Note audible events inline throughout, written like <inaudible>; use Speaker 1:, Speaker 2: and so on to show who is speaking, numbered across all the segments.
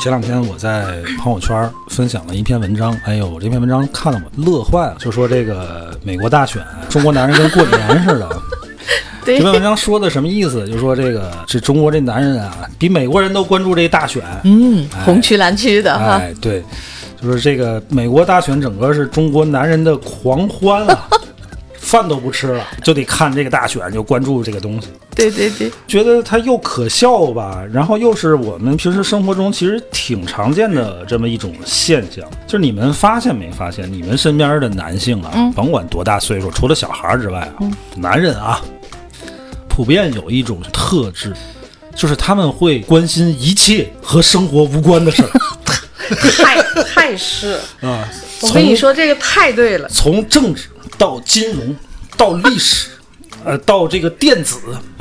Speaker 1: 前两天我在朋友圈分享了一篇文章，哎呦，这篇文章看得我乐坏了，就说这个美国大选，中国男人跟过年似的。
Speaker 2: 对
Speaker 1: 这篇文章说的什么意思？就说这个这中国这男人啊，比美国人都关注这大选。
Speaker 2: 嗯
Speaker 1: 哎，
Speaker 2: 红区蓝区
Speaker 3: 啊
Speaker 2: 的哈，
Speaker 1: 哎，对，就是这个美国大选，整个是中国男人的狂欢啊， <laughs> 饭都不吃了，就得看这个大选，就关注这个东西。
Speaker 2: 对对对，
Speaker 1: 觉得它又可笑吧，然后又是我们平时生活中其实挺常见的这么一种现象。就是你们发现没发现，你们身边的男性啊，甭管多大岁数，除了小孩儿之外啊，男人啊，普遍有一种特质，就是他们会关心一切和生活无关的事儿
Speaker 3: 太太是，
Speaker 1: 啊。
Speaker 3: 我
Speaker 1: 从
Speaker 3: 跟你说这个太对了，
Speaker 1: 从政治到金融，到历史，呃，到这个电子，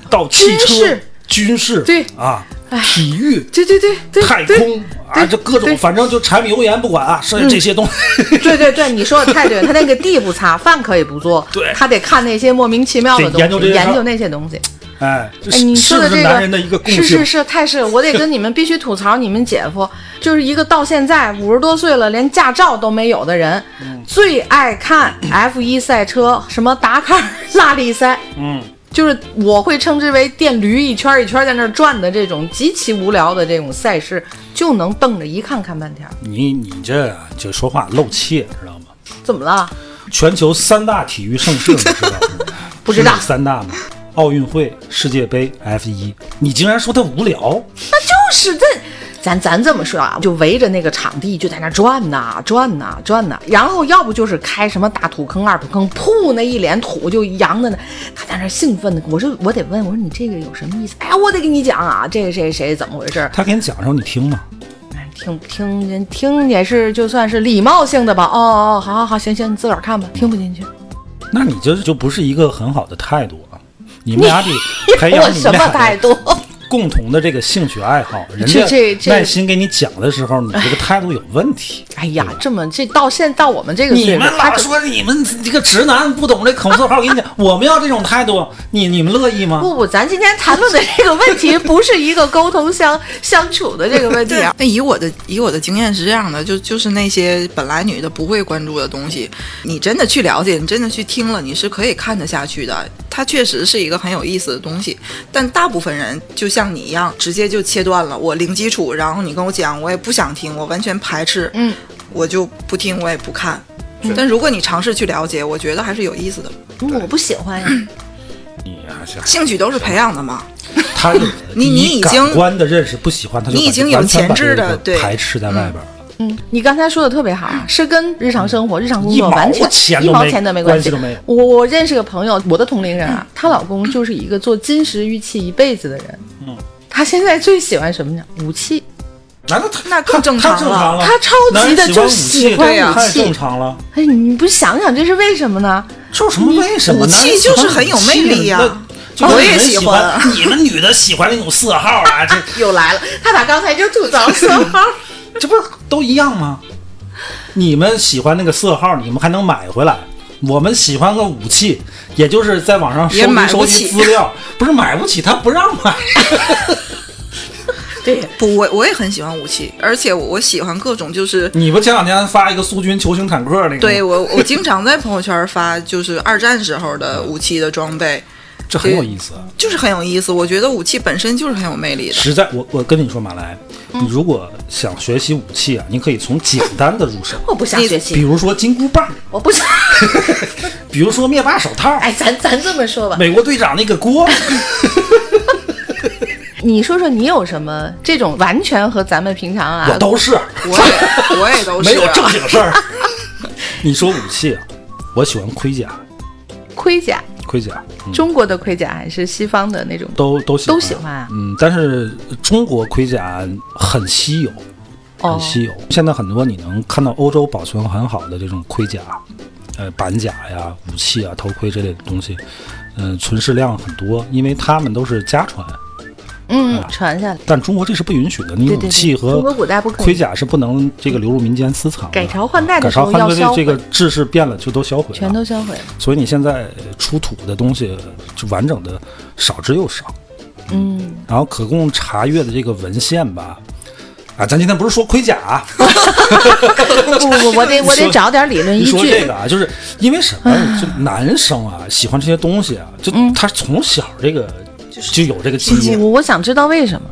Speaker 1: 到汽车、
Speaker 3: 军事
Speaker 1: 军事
Speaker 3: 对
Speaker 1: 啊，体育、
Speaker 3: 对对对对，
Speaker 1: 太
Speaker 3: 对
Speaker 1: 空啊，
Speaker 3: 对
Speaker 1: 这各种，
Speaker 3: 对嗯
Speaker 1: 反正就柴米油盐不管啊，剩下这些东西。 <laughs>
Speaker 3: 对对对，你说的太对了，他那个地不擦，饭可以不做，
Speaker 1: 对
Speaker 3: 他得看那些莫名其妙的
Speaker 1: 得研究
Speaker 3: 东
Speaker 1: 这
Speaker 3: 西，
Speaker 1: 些事儿
Speaker 3: 研究那些东西。
Speaker 1: 哎，这
Speaker 3: 哎，你
Speaker 1: 是是
Speaker 3: 说
Speaker 1: 不
Speaker 3: 的这
Speaker 1: 是
Speaker 3: 个
Speaker 1: 男人的一个共
Speaker 3: 是
Speaker 1: 性
Speaker 3: 是？是，太是了，我得跟你们必须吐槽你们姐夫，就是一个到现在五十多岁了，连驾照都没有的人，
Speaker 1: 嗯
Speaker 3: 最爱看 F 一赛车，什么达喀尔拉力赛，
Speaker 1: 嗯，
Speaker 3: 就是我会称之为电驴一圈一圈在那儿转的这种极其无聊的这种赛事，就能瞪着一看看半天儿。
Speaker 1: 你你这就说话露怯，知道吗？
Speaker 3: 怎么了？
Speaker 1: 全球三大体育盛事，你知道吗？
Speaker 3: <laughs> 不知道
Speaker 1: 哪三大吗？奥运会、世界杯、F 一，你竟然说他无聊？
Speaker 3: 那就是这，咱咱这么说啊，就围着那个场地就在那转呐转呐转呐，然后要不就是开什么大土坑、二土坑，噗，那一脸土就扬的呢，他在那兴奋的，我说我得问，我说你这个有什么意思？哎呀，我得跟你讲啊，这个谁谁怎么回事儿？
Speaker 1: 他给你讲的时候你听吗？
Speaker 3: 哎听听人听也是就算是礼貌性的吧。哦哦，好好好，行行，你自个儿看吧，听不进去。
Speaker 1: 那你这就不是一个很好的态度啊！你们俩得培养
Speaker 3: 我
Speaker 1: 你
Speaker 3: 什
Speaker 1: 们
Speaker 3: 么
Speaker 1: 俩
Speaker 3: 态
Speaker 1: 的
Speaker 3: 度？
Speaker 1: <laughs> 共同的这个兴趣爱好。人家
Speaker 3: 这这
Speaker 1: 耐心给你讲的时候，你这个态度有问题。
Speaker 3: 哎呀，这么这到现到我们这个岁数，他就
Speaker 1: 说你们这个直男不懂这口字号，我跟你讲，我们要这种态度，你你们乐意吗？
Speaker 3: 不不，咱今天谈论的这个问题不是一个沟通相相处的这个问题啊。
Speaker 4: 那哎以我的以我的经验是这样的，就就是那些本来女的不会关注的东西，你真的去了解，你真的去听了，你是可以看得下去的。它确实是一个很有意思的东西，但大部分人就像你一样，直接就切断了。我零基础，然后你跟我讲，我也不想听，我完全排斥，
Speaker 3: 嗯，
Speaker 4: 我就不听，我也不看。
Speaker 2: 嗯
Speaker 4: 但如果你尝试去了解，我觉得还是有意思的。
Speaker 3: 嗯我不喜欢呀，
Speaker 1: 嗯你啊，行，
Speaker 4: 兴趣都是培养的嘛。
Speaker 1: 他有
Speaker 4: 你
Speaker 1: 你
Speaker 4: 你已
Speaker 1: 感
Speaker 4: 经
Speaker 1: 官的认识不喜欢，他就
Speaker 4: 你已
Speaker 1: 把
Speaker 4: 经
Speaker 1: 这
Speaker 4: 有
Speaker 1: 完全
Speaker 4: 前
Speaker 1: 把
Speaker 4: 置
Speaker 1: 这
Speaker 4: 的
Speaker 1: 个
Speaker 4: 对
Speaker 1: 排斥在外边了，
Speaker 3: 嗯，你刚才说的特别好，是跟日常生活、日常工
Speaker 1: 嗯一
Speaker 3: 作
Speaker 1: 毛
Speaker 3: 完全
Speaker 1: 钱
Speaker 3: 一
Speaker 1: 都
Speaker 3: 毛
Speaker 1: 没
Speaker 3: 钱都没
Speaker 1: 关系
Speaker 3: 系
Speaker 1: 都没有。
Speaker 3: 我我认识个朋友，我的同龄人啊，她老公就是一个做金石玉器一辈子的人。
Speaker 1: 嗯，
Speaker 3: 他现在最喜欢什么呢？武器，
Speaker 1: 难道他
Speaker 4: 那更正
Speaker 1: 他
Speaker 4: 常
Speaker 1: 正常了？
Speaker 3: 他超级的就喜欢
Speaker 1: 男人喜欢武器
Speaker 4: 武器
Speaker 1: 太正常了。
Speaker 3: 哎，你不想想这是为什么呢？
Speaker 1: 说什么为什么？
Speaker 4: 武器
Speaker 1: 男人喜欢
Speaker 4: 就是很有魅力呀
Speaker 1: 武器那就
Speaker 4: 我
Speaker 1: 跟
Speaker 4: 也
Speaker 1: 你们
Speaker 4: 喜
Speaker 1: 喜
Speaker 4: 欢
Speaker 1: 欢，你们女的喜欢那种色号啊，
Speaker 4: <laughs>
Speaker 1: 这
Speaker 3: <laughs> 又来了，他俩刚才就吐槽 <laughs> 色号。
Speaker 1: 这不是都一样吗？你们喜欢那个色号，你们还能买回来。我们喜欢个武器，也就是在网上
Speaker 4: 也
Speaker 1: 收
Speaker 4: 买
Speaker 1: 集
Speaker 4: 不
Speaker 1: 收集
Speaker 4: 起
Speaker 1: 资料，不是买不起，他不让买。
Speaker 3: 对，
Speaker 4: 不，我我也很喜欢武器，而且我我喜欢各种就是。
Speaker 1: 你不前两天发一个苏军球形坦克那个，
Speaker 4: 对，我，我经常在朋友圈发，就是二战时候的武器的装备，
Speaker 1: 这很有意思。啊
Speaker 4: 就是很有意思。我觉得武器本身就是很有魅力的。
Speaker 1: 实在，我我跟你说，马来，
Speaker 4: 嗯
Speaker 1: 你如果想学习武器啊，你可以从简单的入手，
Speaker 3: 我不想
Speaker 4: 你
Speaker 3: 学
Speaker 1: 比
Speaker 3: 习，
Speaker 1: 如说金箍棒，
Speaker 3: 我不想。 <laughs>
Speaker 1: 比如说灭霸手套，
Speaker 3: 哎，咱咱这么
Speaker 4: <laughs>
Speaker 3: 说吧，
Speaker 1: 美国队长那个锅。
Speaker 3: 你说说你有什么这种完全和咱们平常啊
Speaker 1: 我，都是，
Speaker 4: 我
Speaker 1: <laughs>
Speaker 4: 也我也都是
Speaker 1: 没
Speaker 4: 啊
Speaker 1: 有正经事儿。 <laughs> 你说武器啊，我喜欢盔甲，
Speaker 3: 盔甲，
Speaker 1: 盔甲，嗯、
Speaker 3: 中国的盔甲还是西方的那种？
Speaker 1: 都都喜欢
Speaker 3: 都喜欢啊
Speaker 1: 嗯，但是中国盔甲很稀有，
Speaker 4: 哦
Speaker 1: 很稀有。现在很多你能看到欧洲保存很好的这种盔甲，呃，板甲呀、武器啊、头盔这类的东西，嗯、存世量很多，因为他们都是家传。
Speaker 3: 嗯，
Speaker 1: 啊
Speaker 3: 传下来。
Speaker 1: 但中国这是不允许的，你
Speaker 3: 对
Speaker 1: 武
Speaker 3: 对对
Speaker 1: 器和
Speaker 4: 中国古代不可以
Speaker 1: 盔甲是不能这个流入民间私藏的。
Speaker 4: 改朝换代的
Speaker 1: 改朝
Speaker 4: 时候
Speaker 1: 换
Speaker 4: 要
Speaker 1: 代
Speaker 4: 销
Speaker 1: 的这
Speaker 4: 毁
Speaker 1: 个制式变了就都销毁了，
Speaker 3: 全都销毁了，
Speaker 1: 所以你现在出土的东西就完整的少之又少。嗯， <laughs> 然后可供查阅的这个文献吧，啊，咱今天不是说盔甲啊，
Speaker 3: 不不，我得我得找点理论
Speaker 1: 一
Speaker 3: 依
Speaker 1: 说这
Speaker 3: 据。
Speaker 1: 个
Speaker 4: <laughs>
Speaker 1: 啊，就是因为什么？就男生啊，喜欢这些东西啊，就
Speaker 4: 嗯
Speaker 1: 他从小这个。就有这个基因，
Speaker 3: 我我想知道为什么，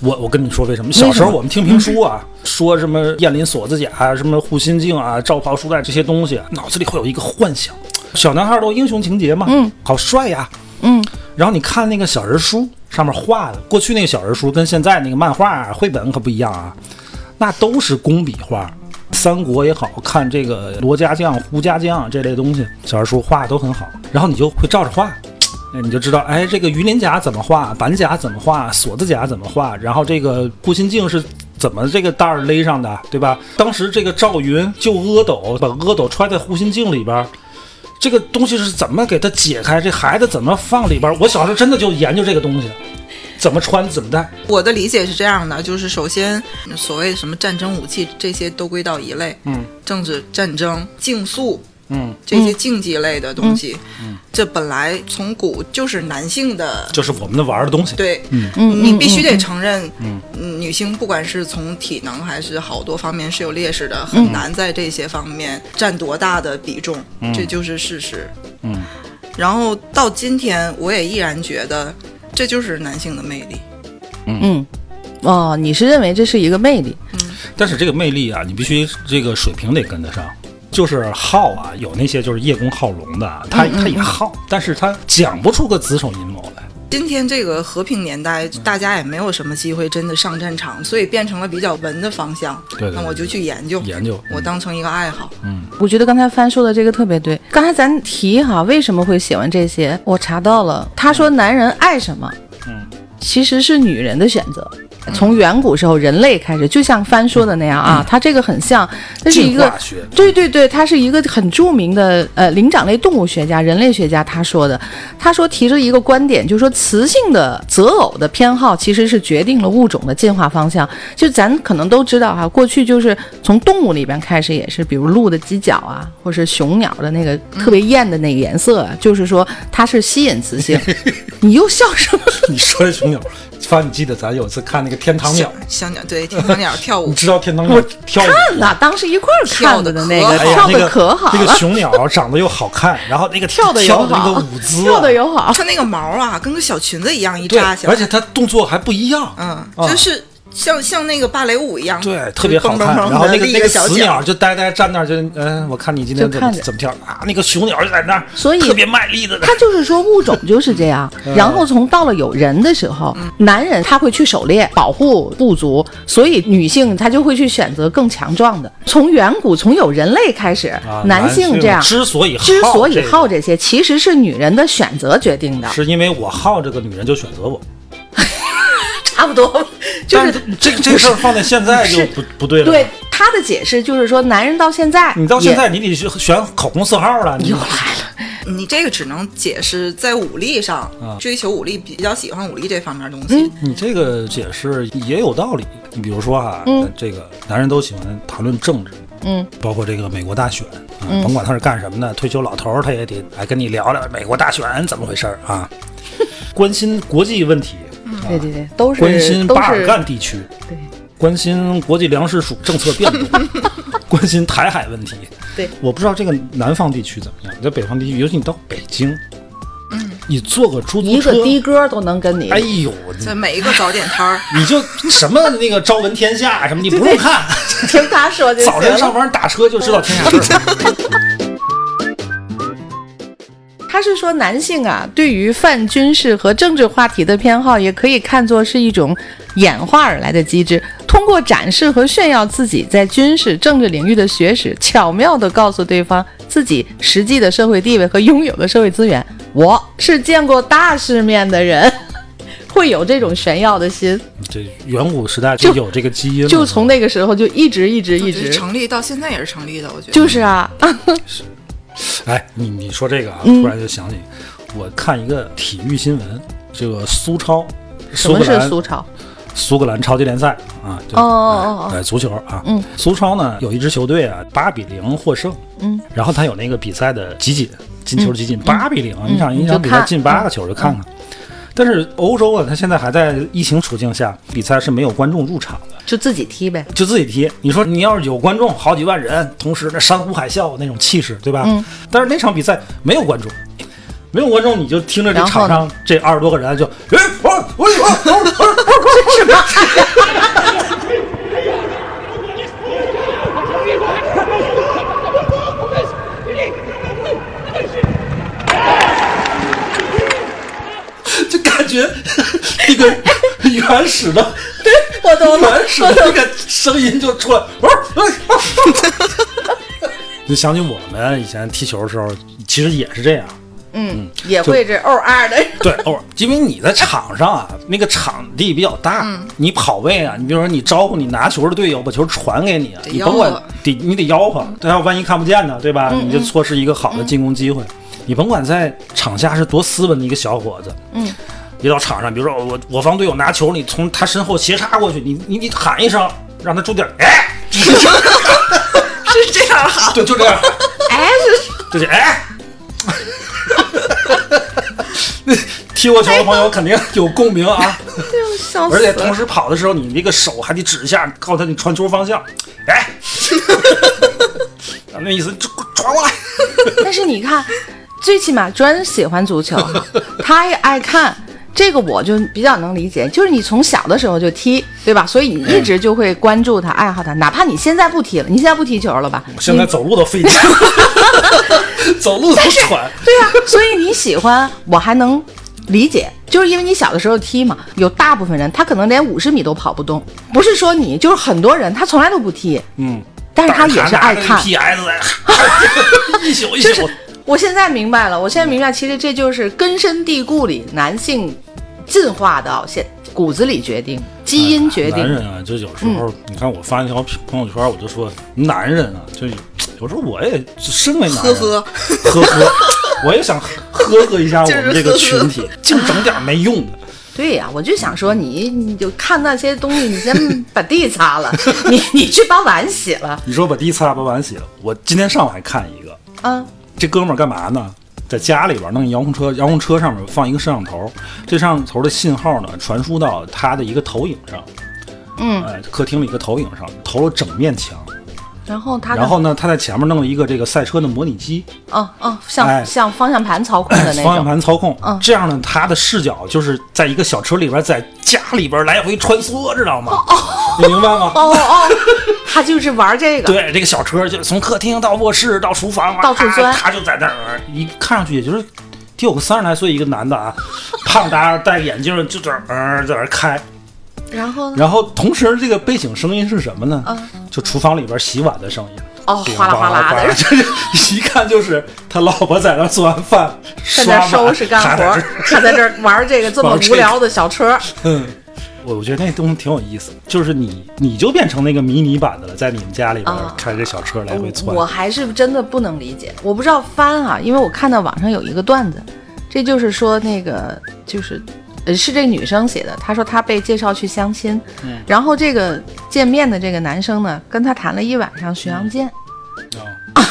Speaker 1: 我我跟你说为什么？小时候我们听评书啊，说什么燕林锁子甲啊，什么护心镜啊、罩袍束带这些东西啊，脑子里会有一个幻想，小男孩都英雄情节嘛，嗯，好帅呀、
Speaker 3: 嗯，
Speaker 1: 然后你看那个小人书上面画的，过去那个小人书跟现在那个漫画啊绘本可不一样啊，那都是工笔画。三国也好看，这个罗家将、胡家将这类东西，小人书画的都很好，然后你就会照着画，哎，你就知道，哎，这个鱼鳞甲怎么画，板甲怎么画，锁子甲怎么画，然后这个护心镜是怎么这个带儿勒上的，对吧？当时这个赵云救阿斗，把阿斗揣在护心镜里边儿，这个东西是怎么给他解开，这孩子怎么放里边儿？我小时候真的就研究这个东西，怎么穿怎么戴。
Speaker 5: 我的理解是这样的，就是首先所谓什么战争武器这些都归到一类，
Speaker 1: 嗯，
Speaker 5: 政治战争、竞速
Speaker 1: 嗯，
Speaker 5: 这些竞技类的东西，这本来从古就是男性的
Speaker 1: 就是我们的玩儿的东西。
Speaker 5: 对，
Speaker 3: 嗯
Speaker 5: 你
Speaker 3: 嗯
Speaker 5: 必须
Speaker 3: 嗯
Speaker 5: 得承认，嗯，女性不管是从体能还是好多方面是有劣势的，很难在这些方面占多大的比重，这就是事实。
Speaker 1: 嗯，
Speaker 5: 然后到今天，我也依然觉得这就是男性的魅力。
Speaker 3: 嗯，哦，你是认为这是一个魅力？
Speaker 1: 但是这个魅力啊，你必须这个水平得跟得上。就是好啊，有那些就是叶公好龙的
Speaker 3: 嗯
Speaker 1: 啊，他他也好，但是他讲不出个子丑寅卯来。
Speaker 5: 今天这个和平年代，大家也没有什么机会真的上战场，所以变成了比较文的方向。
Speaker 1: 对对对
Speaker 5: 那我就去研究
Speaker 1: 研究嗯
Speaker 5: 我当成一个爱好。
Speaker 3: 我觉得刚才帆说的这个特别对。刚才咱提哈，为什么会喜欢这些？我查到了，他说男人爱什么，
Speaker 1: 嗯，
Speaker 3: 其实是女人的选择。从远古时候，人类开始，就像帆说的那样啊，他这个很像，这是一
Speaker 1: 嗯进
Speaker 3: 个
Speaker 1: 化学，
Speaker 3: 对对对，他是一个很著名的呃灵长类动物学家、人类学家，他说的，他说提出一个观点，就是说雌性的择偶的偏好其实是决定了物种的进化方向。就咱可能都知道哈、过去就是从动物里边开始也是，比如鹿的犄角啊，或是雄鸟的那个特别艳的那个颜色啊，就是说它是吸引雌性。你又笑什么？
Speaker 1: 你说这雄鸟，发，你记得咱有一次看那个天堂鸟
Speaker 5: 小，小鸟对天堂鸟跳舞
Speaker 1: 你 <laughs> ，知道天堂鸟跳舞吗？
Speaker 3: 那当时一块儿看的那个
Speaker 5: 跳
Speaker 1: 哎
Speaker 5: 得可
Speaker 1: 呀
Speaker 3: 跳，
Speaker 1: 那
Speaker 3: 的
Speaker 1: 个
Speaker 3: 可好
Speaker 1: 那
Speaker 3: 了
Speaker 1: 个，雄鸟啊长得又好看，然后那个
Speaker 3: 跳的
Speaker 1: 跳
Speaker 3: 友
Speaker 1: 的那
Speaker 3: 好
Speaker 1: 个舞，姿啊，
Speaker 3: <laughs> 跳的友好。
Speaker 5: 它那个毛啊，跟个小裙子一样一
Speaker 1: 对
Speaker 5: 扎，起来，
Speaker 1: 而且它动作还不一样，
Speaker 5: 嗯，
Speaker 1: 啊
Speaker 5: 就是像像那个芭蕾舞一样，
Speaker 1: 对，特别好
Speaker 5: 蹦蹦
Speaker 1: 看。
Speaker 5: 蹦
Speaker 1: 然后那
Speaker 5: 地
Speaker 1: 个
Speaker 5: 立
Speaker 1: 那个
Speaker 5: 小
Speaker 1: 雌
Speaker 5: 脚
Speaker 1: 鸟就呆呆站那儿，就嗯，我看你今天
Speaker 3: 就
Speaker 1: 怎
Speaker 3: 看
Speaker 1: 么
Speaker 3: 着
Speaker 1: 怎么跳啊？那个雄鸟就在那儿，
Speaker 3: 所以
Speaker 1: 特别卖力的。
Speaker 3: 它就是说物种就是这样，
Speaker 1: 嗯
Speaker 3: 然后从到了有人的时候，男人他会去狩猎保护部族，所以女性她就会去选择更强壮的。从远古从有人类开始，
Speaker 1: 啊
Speaker 3: 男性这样
Speaker 1: 之所以
Speaker 3: 之所以好
Speaker 1: 好
Speaker 3: 这些，其实是女人的选择决定的
Speaker 1: 这个，，是因为我好这个女人就选择我。
Speaker 3: 差不多就是
Speaker 1: 但这这事儿放在现在就是不不对了。
Speaker 3: 对，他的解释就是说，男人到现在
Speaker 1: 你到现
Speaker 3: 也
Speaker 1: 在你啊得去选口红色号了，你
Speaker 3: 又来了，
Speaker 5: 你这个只能解释在武力上，
Speaker 1: 啊
Speaker 5: 追求武力比较喜欢武力这方面的东西。
Speaker 1: 你这个解释也有道理。你比如说哈、这个男人都喜欢谈论政治，
Speaker 3: 嗯，
Speaker 1: 包括这个美国大选啊，甭管他是干什么的，退休老头儿他也得来跟你聊聊美国大选怎么回事儿啊，关心国际问题，啊
Speaker 3: 对对对，都是
Speaker 1: 关心
Speaker 3: 都
Speaker 1: 巴尔
Speaker 3: 是
Speaker 1: 干地区，
Speaker 3: 对
Speaker 1: 关心国际粮食署政策变
Speaker 3: <laughs>
Speaker 1: 动，关心台海问题。
Speaker 3: 对，
Speaker 1: 我不知道这个南方地区怎么样，在北方地区，尤其你到北京，嗯，你坐个出租
Speaker 3: 一
Speaker 1: 车
Speaker 3: 个，的哥都能跟你
Speaker 1: 哎呦，
Speaker 5: 在每一个早点
Speaker 1: <laughs>
Speaker 5: 摊儿，
Speaker 1: 你就什么那个朝闻天
Speaker 3: <laughs>
Speaker 1: 下什么，你不用看，
Speaker 3: <laughs> 听他说就行
Speaker 1: 早晨上
Speaker 3: 了。
Speaker 1: 班打车就知道天下
Speaker 3: <laughs>
Speaker 1: 事儿。
Speaker 3: 他是说，男性啊，对于泛军事和政治话题的偏好，也可以看作是一种演化而来的机制，通过展示和炫耀自己在军事、政治领域的学识，巧妙地告诉对方自己实际的社会地位和拥有的社会资源。我是见过大世面的人。 <laughs> 会有这种炫耀的心，
Speaker 1: 这远古时代就有这个基因了，
Speaker 3: 就从那个时候就一直一直一
Speaker 5: 就是
Speaker 3: 直，
Speaker 5: 成立到现在也是成立的，我觉得
Speaker 3: 就是啊，
Speaker 1: 哎，你你说这个啊，
Speaker 3: 嗯
Speaker 1: 突然就想起，我看一个体育新闻，这个苏超，
Speaker 3: 什
Speaker 1: 苏
Speaker 3: 么
Speaker 1: 格
Speaker 3: 是啊
Speaker 1: 兰
Speaker 3: 苏超？
Speaker 1: 苏格兰超级联赛啊，对
Speaker 3: 哦哦哦
Speaker 1: 哎对足球啊，
Speaker 3: 嗯，
Speaker 1: 苏超呢有一支球队啊，八比零获胜，
Speaker 3: 嗯，
Speaker 1: 然后他有那个比赛的集锦，进球集锦八比零，你想
Speaker 3: 嗯
Speaker 1: 一场比赛
Speaker 3: 就看嗯
Speaker 1: 进八个球就看看。但是欧洲啊，他现在还在疫情处境下，比赛是没有观众入场的，
Speaker 3: 就自己踢呗。
Speaker 1: 就自己踢。你说你要是有观众，好几万人，同时那山呼海啸那种气势，对吧？
Speaker 3: 嗯
Speaker 1: 但是那场比赛没有观众，没有观众，你就听着这
Speaker 3: 然后
Speaker 1: 场
Speaker 3: 呢
Speaker 1: 上这二十多个人就，哎，我我我我就感觉一个原始的，我
Speaker 3: 懂了
Speaker 1: 原始的那个声音就出来， <laughs> 就想起我们以前踢球的时候，其实也是这样。
Speaker 3: 嗯，也会这哦啊的，
Speaker 1: 对，偶尔，因为你在场上啊，那个场地比较大，
Speaker 5: 嗯
Speaker 1: 你跑位啊，你比如说你招呼你拿球的队友把球传给你啊，
Speaker 5: 得
Speaker 1: 你
Speaker 5: 吆
Speaker 1: 甭管
Speaker 5: 喝嗯
Speaker 1: 得你得吆喝，但要万一看不见呢，对吧？你就错失一个好的进攻机会。你甭管在场下是多斯文的一个小伙子，嗯，一到场上，比如说我我方队友拿球，你从他身后斜插过去，你你你喊一声，让他注点，哎，
Speaker 5: <laughs> 是这样好。
Speaker 1: 对，就这样，
Speaker 3: 哎是
Speaker 1: 就是哎。 <laughs> 那踢过球的朋友肯定有共鸣啊！
Speaker 3: 笑死
Speaker 1: 而且
Speaker 3: 了，
Speaker 1: 同时跑的时候，你那个手还得指一下，告诉他你传球方向。
Speaker 3: <laughs>
Speaker 1: 哎，那意思就传过来。
Speaker 3: <laughs> 但是你看，最起码专喜欢足
Speaker 1: <laughs>
Speaker 3: 球，他也爱看。这个我就比较能理解，就是你从小的时候就踢，对吧？所以你一直就会关注他、爱好他，哪怕你现在不踢了，你现在不踢球了吧？
Speaker 1: 哎我现在走路都
Speaker 3: <laughs>
Speaker 1: 费劲，走路都喘。
Speaker 3: 对呀、所以你喜欢我还能理解，就是因为你小的时候踢嘛。有大部分人他可能连五十米都跑不动，不是说你，就是很多人他从来都不踢，
Speaker 1: 嗯，
Speaker 3: 但是他也是爱看。
Speaker 1: P S，一宿一
Speaker 3: 就
Speaker 1: 宿
Speaker 3: 是。我现在明白了，我现在明白，其实这就是根深蒂固里男性进化到现骨子里决定，基因决定。
Speaker 1: 男人啊，就有时
Speaker 5: 嗯
Speaker 1: 候，你看我发一条朋友圈，我就说，男人啊，就有 <sniffs> 时候我也身为男人，
Speaker 5: 呵
Speaker 1: 呵呵， <laughs> 我也想呵呵一下我们这个
Speaker 5: <laughs> 就是呵呵
Speaker 1: 群体，净整点没用的。
Speaker 3: 对呀、我就想说你，你就看那些东西，你先把地擦了，你你去把碗洗了，
Speaker 1: 你说把第一次大白板洗了，我今天上午还看一个，
Speaker 3: 嗯，
Speaker 1: 这哥们儿干嘛呢？在家里边弄一遥控车，遥控车上面放一个摄像头，这摄像头的信号呢传输到他的一个投影上，嗯，呃、客厅里一个投影上，投了整面墙。
Speaker 3: 然后他
Speaker 1: 然后呢，他在前面弄了一个这个赛车的模拟机，
Speaker 3: 嗯嗯，像、
Speaker 1: 哎
Speaker 3: 像方向盘操控的
Speaker 1: <clears throat>
Speaker 3: 那
Speaker 1: 方向
Speaker 3: 种，
Speaker 1: 盘操控。
Speaker 3: 嗯
Speaker 1: 这样呢，他的视角就是在一个小车里边，在家里边来回穿梭，知道吗？你明白吗？
Speaker 3: 哦哦，他就是玩这个，
Speaker 1: 对，这个小车就从客厅到卧室到厨房，
Speaker 3: 到处钻
Speaker 1: 啊他就在那儿一看上去也就是得有个三十来岁一个男的啊，胖达戴个眼镜就在那儿、呃在那儿开，
Speaker 3: 嗯然后呢，
Speaker 1: 然后同时这个背景声音是什么呢？就厨房里边洗碗的声音。
Speaker 3: 嗯哦，
Speaker 1: 叮
Speaker 3: 哗啦哗啦的，
Speaker 1: <laughs> 这是一看就是他老婆在那儿做完饭，
Speaker 3: 在
Speaker 1: 刷
Speaker 3: 那
Speaker 1: 碗
Speaker 3: 收拾干
Speaker 1: 他在
Speaker 3: 活
Speaker 1: 这
Speaker 3: 儿
Speaker 1: 儿，
Speaker 3: 他在这儿玩这个这么
Speaker 1: 玩这个
Speaker 3: 无聊的小车，
Speaker 1: 嗯，我我觉得那东西挺有意思，就是你你就变成那个迷你版的了，在你们家里边
Speaker 3: 啊
Speaker 1: 开着小车来回窜。
Speaker 3: 我还是真的不能理解，我不知道翻啊，因为我看到网上有一个段子，这就是说那个就是。呃，是这女生写的。她说她被介绍去相亲，
Speaker 1: 嗯
Speaker 3: 然后这个见面的这个男生呢，跟她谈了一晚上
Speaker 1: 嗯
Speaker 3: 巡洋舰。
Speaker 1: 啊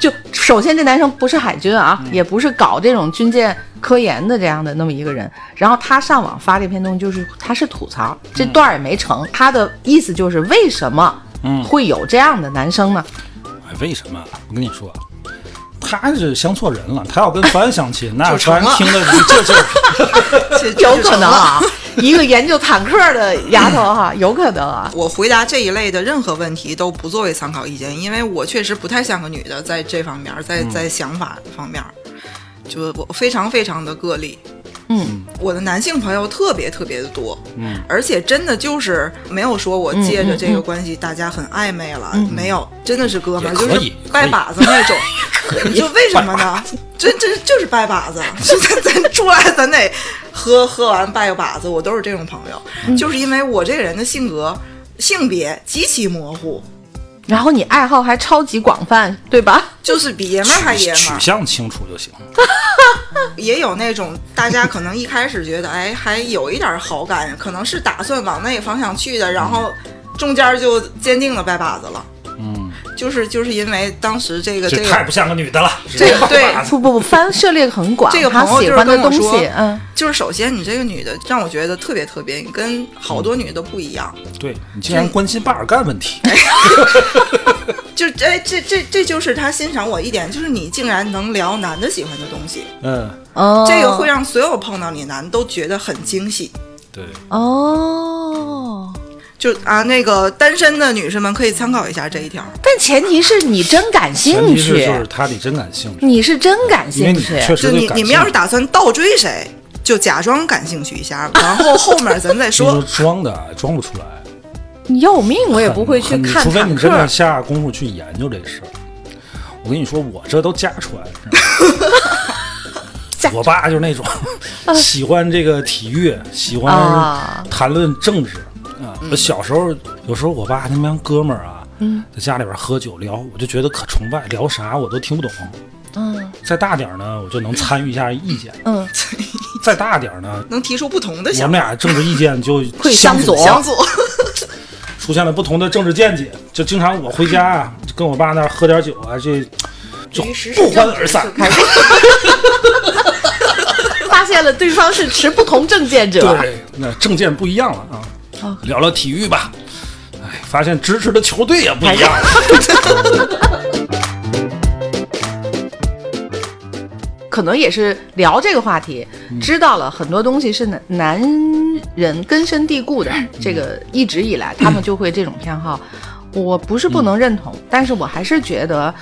Speaker 3: 就首先这男生不是海军啊，
Speaker 1: 嗯
Speaker 3: 也不是搞这种军舰科研的这样的那么一个人。然后他上网发这篇东西，就是他是吐槽这段儿也没成，他的意思就是为什么
Speaker 1: 嗯
Speaker 3: 会有这样的男生呢？
Speaker 1: 哎，为什么？我跟你说，啊他是相错人了。他要跟凡相亲，那
Speaker 5: 就成
Speaker 1: 凡
Speaker 5: 了
Speaker 1: 听的这就
Speaker 5: <laughs> 这
Speaker 3: <laughs> 有可能。啊， <laughs> 一个研究坦克的丫头哈、 <laughs> 有可能啊。
Speaker 5: 我回答这一类的任何问题都不作为参考意见，因为我确实不太像个女的，在这方面，在在想法方面，就我非常非常的个例。
Speaker 3: 嗯，
Speaker 5: 我的男性朋友特别特别的多，
Speaker 1: 嗯，
Speaker 5: 而且真的就是没有说我借着这个关系大家很暧昧了，没有，真的是哥们
Speaker 1: 也
Speaker 5: 儿，
Speaker 1: 可以
Speaker 5: 就
Speaker 1: <laughs>
Speaker 5: 是
Speaker 1: 可以
Speaker 5: 拜把子那种，你说为什么呢？这这就是拜把子，就咱咱出来咱得喝喝完拜个把子，我都是这种朋友，
Speaker 1: 嗯
Speaker 5: 就是因为我这个人的性格性别极其模糊，
Speaker 3: 然后你爱好还超级广泛，
Speaker 1: <laughs>
Speaker 3: 对吧？
Speaker 5: 就是比爷们儿还爷
Speaker 1: 取
Speaker 5: 们
Speaker 1: 取
Speaker 5: 儿。
Speaker 1: 向清楚就行。
Speaker 5: 也有那种大家可能一开始觉得，哎，还有一点好感，可能是打算往那个方向去的，然后中间就坚定的拜把子了。
Speaker 1: 嗯，
Speaker 5: 就是就是因为当时这个这
Speaker 1: 这太
Speaker 5: 个
Speaker 1: 不像个女的了。
Speaker 5: 这个对
Speaker 1: 把子
Speaker 3: 不不不，翻涉猎很广，
Speaker 5: 这个
Speaker 3: 他
Speaker 5: 朋友
Speaker 3: 喜
Speaker 5: 就是
Speaker 3: 欢的
Speaker 5: 跟我
Speaker 3: 东
Speaker 5: 说
Speaker 3: 西，嗯，
Speaker 5: 就是首先你这个女的让我觉得特别特别，你跟好多女的都不一样。
Speaker 1: 对你竟然关心巴尔干问题，
Speaker 5: 哎就哎这这这就是他欣赏我一点，就是你竟然能聊男的喜欢的东西，
Speaker 1: 嗯，
Speaker 3: 哦，
Speaker 5: 这个会让所有碰到你男的都觉得很惊喜。
Speaker 1: 对，
Speaker 3: 哦。
Speaker 5: 就啊，那个单身的女士们可以参考一下这一条。
Speaker 3: 但前提是你真感
Speaker 1: 前
Speaker 3: 兴
Speaker 1: 提是就是
Speaker 3: 趣，
Speaker 1: 他得真感兴趣，
Speaker 3: 你是真感
Speaker 1: 因为
Speaker 3: 兴
Speaker 1: 你
Speaker 3: 趣，
Speaker 1: 确
Speaker 5: 就
Speaker 1: 实对
Speaker 5: 你
Speaker 1: 感
Speaker 5: 你
Speaker 1: 兴
Speaker 5: 们
Speaker 1: 趣
Speaker 5: 要是打算倒追谁，就假装感兴趣一下，然后后面咱再
Speaker 1: <laughs> 你就
Speaker 5: 说。
Speaker 1: 装的啊装不出来，
Speaker 3: 你要命我也不会去
Speaker 1: 很
Speaker 3: 看
Speaker 1: 除非
Speaker 3: 坦
Speaker 1: 你真
Speaker 3: 克
Speaker 1: 的。下功夫去研究这事儿。我跟你说，我这都家传。你知
Speaker 3: <laughs>
Speaker 1: 道吗我爸就是那种 <laughs> 喜欢这个体育，喜
Speaker 3: 啊嗯
Speaker 1: 欢谈论政治啊。我小时候有时候我爸他们哥们儿啊，在家里边喝酒聊，我就觉得可崇拜，聊啥我都听不懂。
Speaker 3: 嗯
Speaker 1: 再大点儿呢，我就能参与一下意见；
Speaker 3: 嗯，
Speaker 1: 再大点儿
Speaker 3: <laughs>
Speaker 1: 呢，
Speaker 5: 能提出不同的
Speaker 1: 我
Speaker 5: 想
Speaker 1: 们
Speaker 5: 法，
Speaker 1: 俩政治意见就
Speaker 3: 会
Speaker 1: 相
Speaker 3: 相左
Speaker 5: 想左。
Speaker 1: 出现了不同的政治见解，就经常我回家啊，就跟我爸那儿喝点酒啊，这就不欢而散。
Speaker 3: 发现了对方是持不同政见者，
Speaker 1: 对，那政见不一样了
Speaker 3: 哦
Speaker 1: 啊，聊聊体育吧。哎，发现支持的球队也不一样了。
Speaker 3: 可能也是聊这个话题，知道了很多东西是男男人根深蒂固的，这个一直以来他们就会这种偏好。我不是不能认同，但是我还是觉得，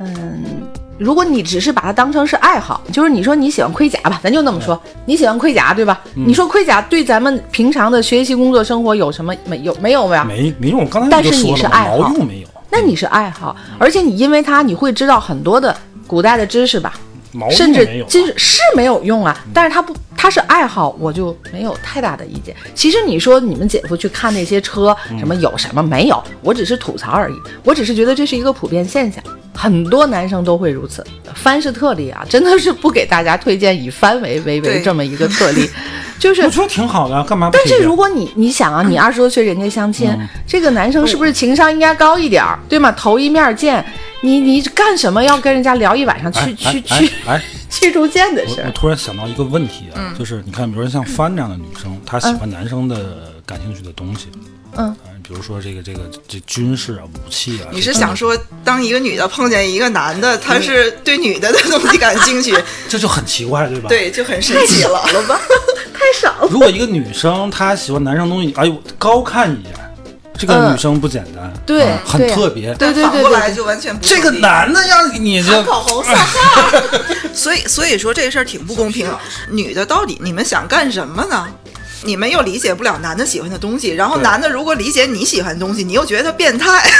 Speaker 3: 嗯。如果你只是把它当成是爱好，就是你说你喜欢盔甲吧，咱就那么说，你喜欢盔甲对吧？你说盔甲对咱们平常的学习、工作、生活有什么没有没有没有？
Speaker 1: 没没用，刚才
Speaker 3: 但
Speaker 1: 你就是
Speaker 3: 你
Speaker 1: 说
Speaker 3: 是
Speaker 1: 了
Speaker 3: 爱
Speaker 1: 嘛，
Speaker 3: 好
Speaker 1: 毛用没有，
Speaker 3: 那你是爱好，而且你因为它，你会知道很多的古代的知识吧，
Speaker 1: 毛
Speaker 3: 甚
Speaker 1: 用没
Speaker 3: 至
Speaker 1: 有啊。嗯
Speaker 3: 知识是没有用啊。但是它不，它是爱好，我就没有太大的意见。其实你说你们姐夫去看那些车，
Speaker 1: 嗯
Speaker 3: 什么有什么没有，我只是吐槽而已，我只是觉得这是一个普遍现象。很多男生都会如此，帆是特例啊，真的是不给大家推荐以帆为为为
Speaker 5: 对
Speaker 3: 这么一个特例，就是
Speaker 1: 我觉得挺好的，啊干嘛不
Speaker 3: 但
Speaker 1: 推荐？
Speaker 3: 是如果你你想啊，你二十多岁人家相亲，
Speaker 1: 嗯
Speaker 3: 这个男生是不是情商应该高一点儿，对吗？头一面见，你你干什么要跟人家聊一晚上
Speaker 1: 哎
Speaker 3: 去去
Speaker 1: 哎
Speaker 3: 去
Speaker 1: 哎
Speaker 3: <laughs>
Speaker 1: 哎
Speaker 3: 去逐渐的事
Speaker 1: 我我
Speaker 3: 儿？
Speaker 1: 突然想到一个问题啊，
Speaker 3: 嗯
Speaker 1: 就是你看，比如说像帆这样的女生，她喜欢男生的感兴趣的东西，
Speaker 3: 嗯
Speaker 1: 啊，比如说这个这个这军事啊、武器啊，
Speaker 5: 你是想说，当一个女的碰见一个男的，他是对女的的东西感
Speaker 1: <laughs>
Speaker 5: 兴趣，
Speaker 1: 这就很奇怪，对吧？。
Speaker 5: 对，就很神奇了。
Speaker 3: 了吧，太少了。
Speaker 1: 如果一个女生她喜欢男生东西，哎呦，高看一眼，这个
Speaker 3: 嗯
Speaker 1: 女生不简单，
Speaker 3: 对
Speaker 1: 啊很
Speaker 3: 对
Speaker 1: 特别。
Speaker 3: 对对
Speaker 5: 反
Speaker 3: 对
Speaker 5: 过来
Speaker 3: 对，
Speaker 5: 就完全不
Speaker 1: 这个
Speaker 5: 同意
Speaker 1: 男的要你就
Speaker 5: 口
Speaker 3: <laughs>
Speaker 5: 红色号。 <laughs> 所以，所以说这事儿挺不公平。
Speaker 3: 啊
Speaker 5: 女的到底你们想干什么呢？你们又理解不了男的喜欢的东西，然后
Speaker 1: 对
Speaker 5: 男的如果理解你喜欢的东西，你又觉得他变态， <laughs>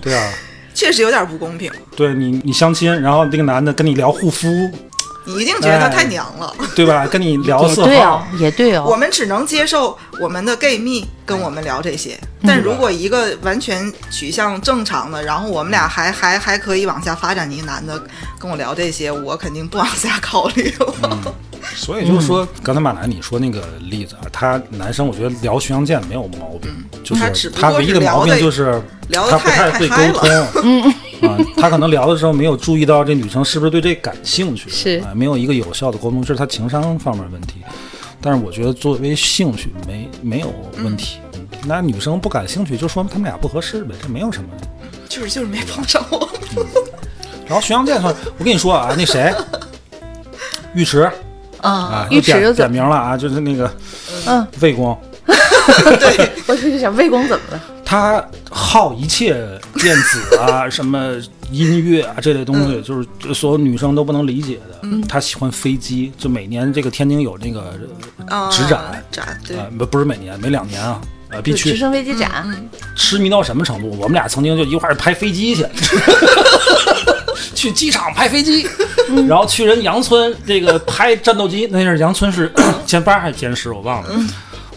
Speaker 1: 对啊，
Speaker 5: 确实有点不公平。
Speaker 1: 对你你相亲，然后那个男的跟你聊护肤，
Speaker 5: 你一定觉得他
Speaker 1: 哎
Speaker 5: 太娘了。
Speaker 1: 对吧？跟你聊
Speaker 3: 也
Speaker 1: 色
Speaker 3: 对
Speaker 1: 号
Speaker 3: 哦，，也对
Speaker 5: 我
Speaker 3: 哦。
Speaker 5: 们只能接受我们的 gay 蜜跟我们聊这些，
Speaker 3: 哎
Speaker 5: 但如果一个完全取向正常的，然后我们俩
Speaker 3: 嗯
Speaker 5: 还还还可以往下发展，一个男的跟我聊这些，我肯定不往下考虑了。
Speaker 3: 嗯
Speaker 1: 所以就是说，刚才马兰你说那个例子啊，他男生我觉得聊巡洋舰没有毛病，就
Speaker 5: 嗯他
Speaker 1: 是
Speaker 5: 只不
Speaker 1: 他
Speaker 5: 过
Speaker 1: 唯一
Speaker 5: 是
Speaker 1: 的
Speaker 5: 聊
Speaker 1: 毛病
Speaker 5: 得
Speaker 1: 就是
Speaker 5: 聊得
Speaker 1: 他不
Speaker 5: 太
Speaker 1: 会沟
Speaker 5: 太嗨 <laughs>
Speaker 1: 通，啊，他可能聊的时候没有注意到这女生是不是对这感兴趣，
Speaker 3: 是
Speaker 1: 啊，没有一个有效的沟通，这是他情商方面问题。但是我觉得作为兴趣没没有问题，
Speaker 5: 嗯
Speaker 1: 那女生不感兴趣就说明他们俩不合适呗，这没有什么。
Speaker 5: <laughs> 就是就是没碰上我，
Speaker 1: 然后巡洋舰上，我跟你说啊，那谁，尉迟
Speaker 3: 啊
Speaker 1: 啊，，
Speaker 3: 尉
Speaker 1: 又点
Speaker 3: 迟
Speaker 1: 点
Speaker 3: 怎么？
Speaker 1: 名了啊，就是那个
Speaker 3: 嗯，
Speaker 1: 魏公。
Speaker 3: 我就想魏公怎么了？
Speaker 1: 他好一切电子啊、什么音乐啊这类东西，就是所有女生都不能理解的。他喜欢飞机，就每年这个天津有那个
Speaker 5: 啊，
Speaker 1: 直展，
Speaker 5: 展对。
Speaker 1: 呃，不不是每年，每两年啊，呃，必
Speaker 3: 就直
Speaker 1: 去。
Speaker 3: 升飞机展，
Speaker 1: 痴迷到什么程度？我们俩曾经就一块儿拍飞机去，去机场拍飞机，然后去人杨村这个拍战斗机，那是杨村是 <clears throat> 前八还是前十，我忘了，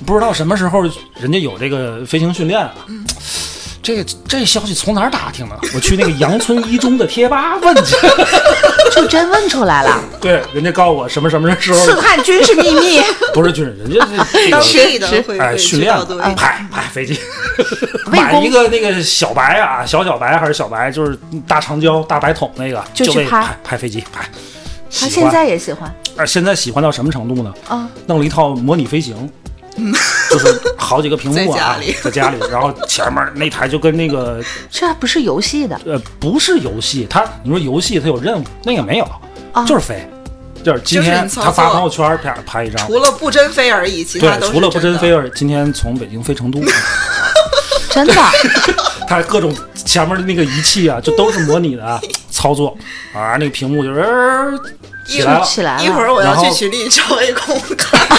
Speaker 1: 不知道什么时候人家有这个飞行训练啊。这这消息从哪儿打听的？我去那个杨村一中的贴吧问去。 <laughs>
Speaker 3: 就真问出来了，
Speaker 1: 对，人家告诉我什么什么时候
Speaker 3: 刺探军事
Speaker 1: <laughs>
Speaker 3: 秘密。
Speaker 1: 不是军人，人家这
Speaker 5: 当
Speaker 1: 这个
Speaker 5: E 地的会
Speaker 1: 哎
Speaker 5: 会
Speaker 1: 训
Speaker 5: 知
Speaker 1: 练
Speaker 5: 道
Speaker 1: 了
Speaker 5: 多一
Speaker 1: 哎
Speaker 5: 点。
Speaker 1: 拍拍飞
Speaker 3: <laughs>
Speaker 1: 机，
Speaker 3: 为
Speaker 1: 买
Speaker 3: 公
Speaker 1: 一个那个小白啊，小小白还是小白，就是大长焦大白筒那个，
Speaker 3: 就
Speaker 1: 就
Speaker 3: 去
Speaker 1: 为
Speaker 3: 拍
Speaker 1: 拍拍飞机拍。
Speaker 3: 他
Speaker 1: 喜
Speaker 3: 现
Speaker 1: 欢
Speaker 3: 在也喜欢
Speaker 1: 啊，现在喜欢到什么程度呢？
Speaker 3: 啊，
Speaker 1: 弄了一套模拟飞行，就是好几个屏幕啊
Speaker 5: <laughs> 在家里，
Speaker 1: 在家里，然后前面那台就跟那个
Speaker 3: 这还不是游戏的，
Speaker 1: 呃，不是游戏，它你说游戏它有任务，那个没有，
Speaker 3: 哦
Speaker 1: 就是飞，就是今
Speaker 5: 就是
Speaker 1: 天
Speaker 5: 你操
Speaker 1: 他发
Speaker 5: 作
Speaker 1: 朋友圈啪拍一张，
Speaker 5: 除了不真飞而已，其
Speaker 1: 对
Speaker 5: 他，都是
Speaker 1: 除了不
Speaker 5: 真
Speaker 1: 真
Speaker 5: 的
Speaker 1: 飞，儿，今天从北京飞成都，
Speaker 3: 真的。
Speaker 1: 它各种前面的那个仪器啊，就都是模拟的操作啊，那个屏幕就是、呃起来了
Speaker 3: 硬。起来了
Speaker 5: 一会儿我要
Speaker 1: 然后
Speaker 5: 去群里找 A 空
Speaker 1: <laughs>
Speaker 5: 看看。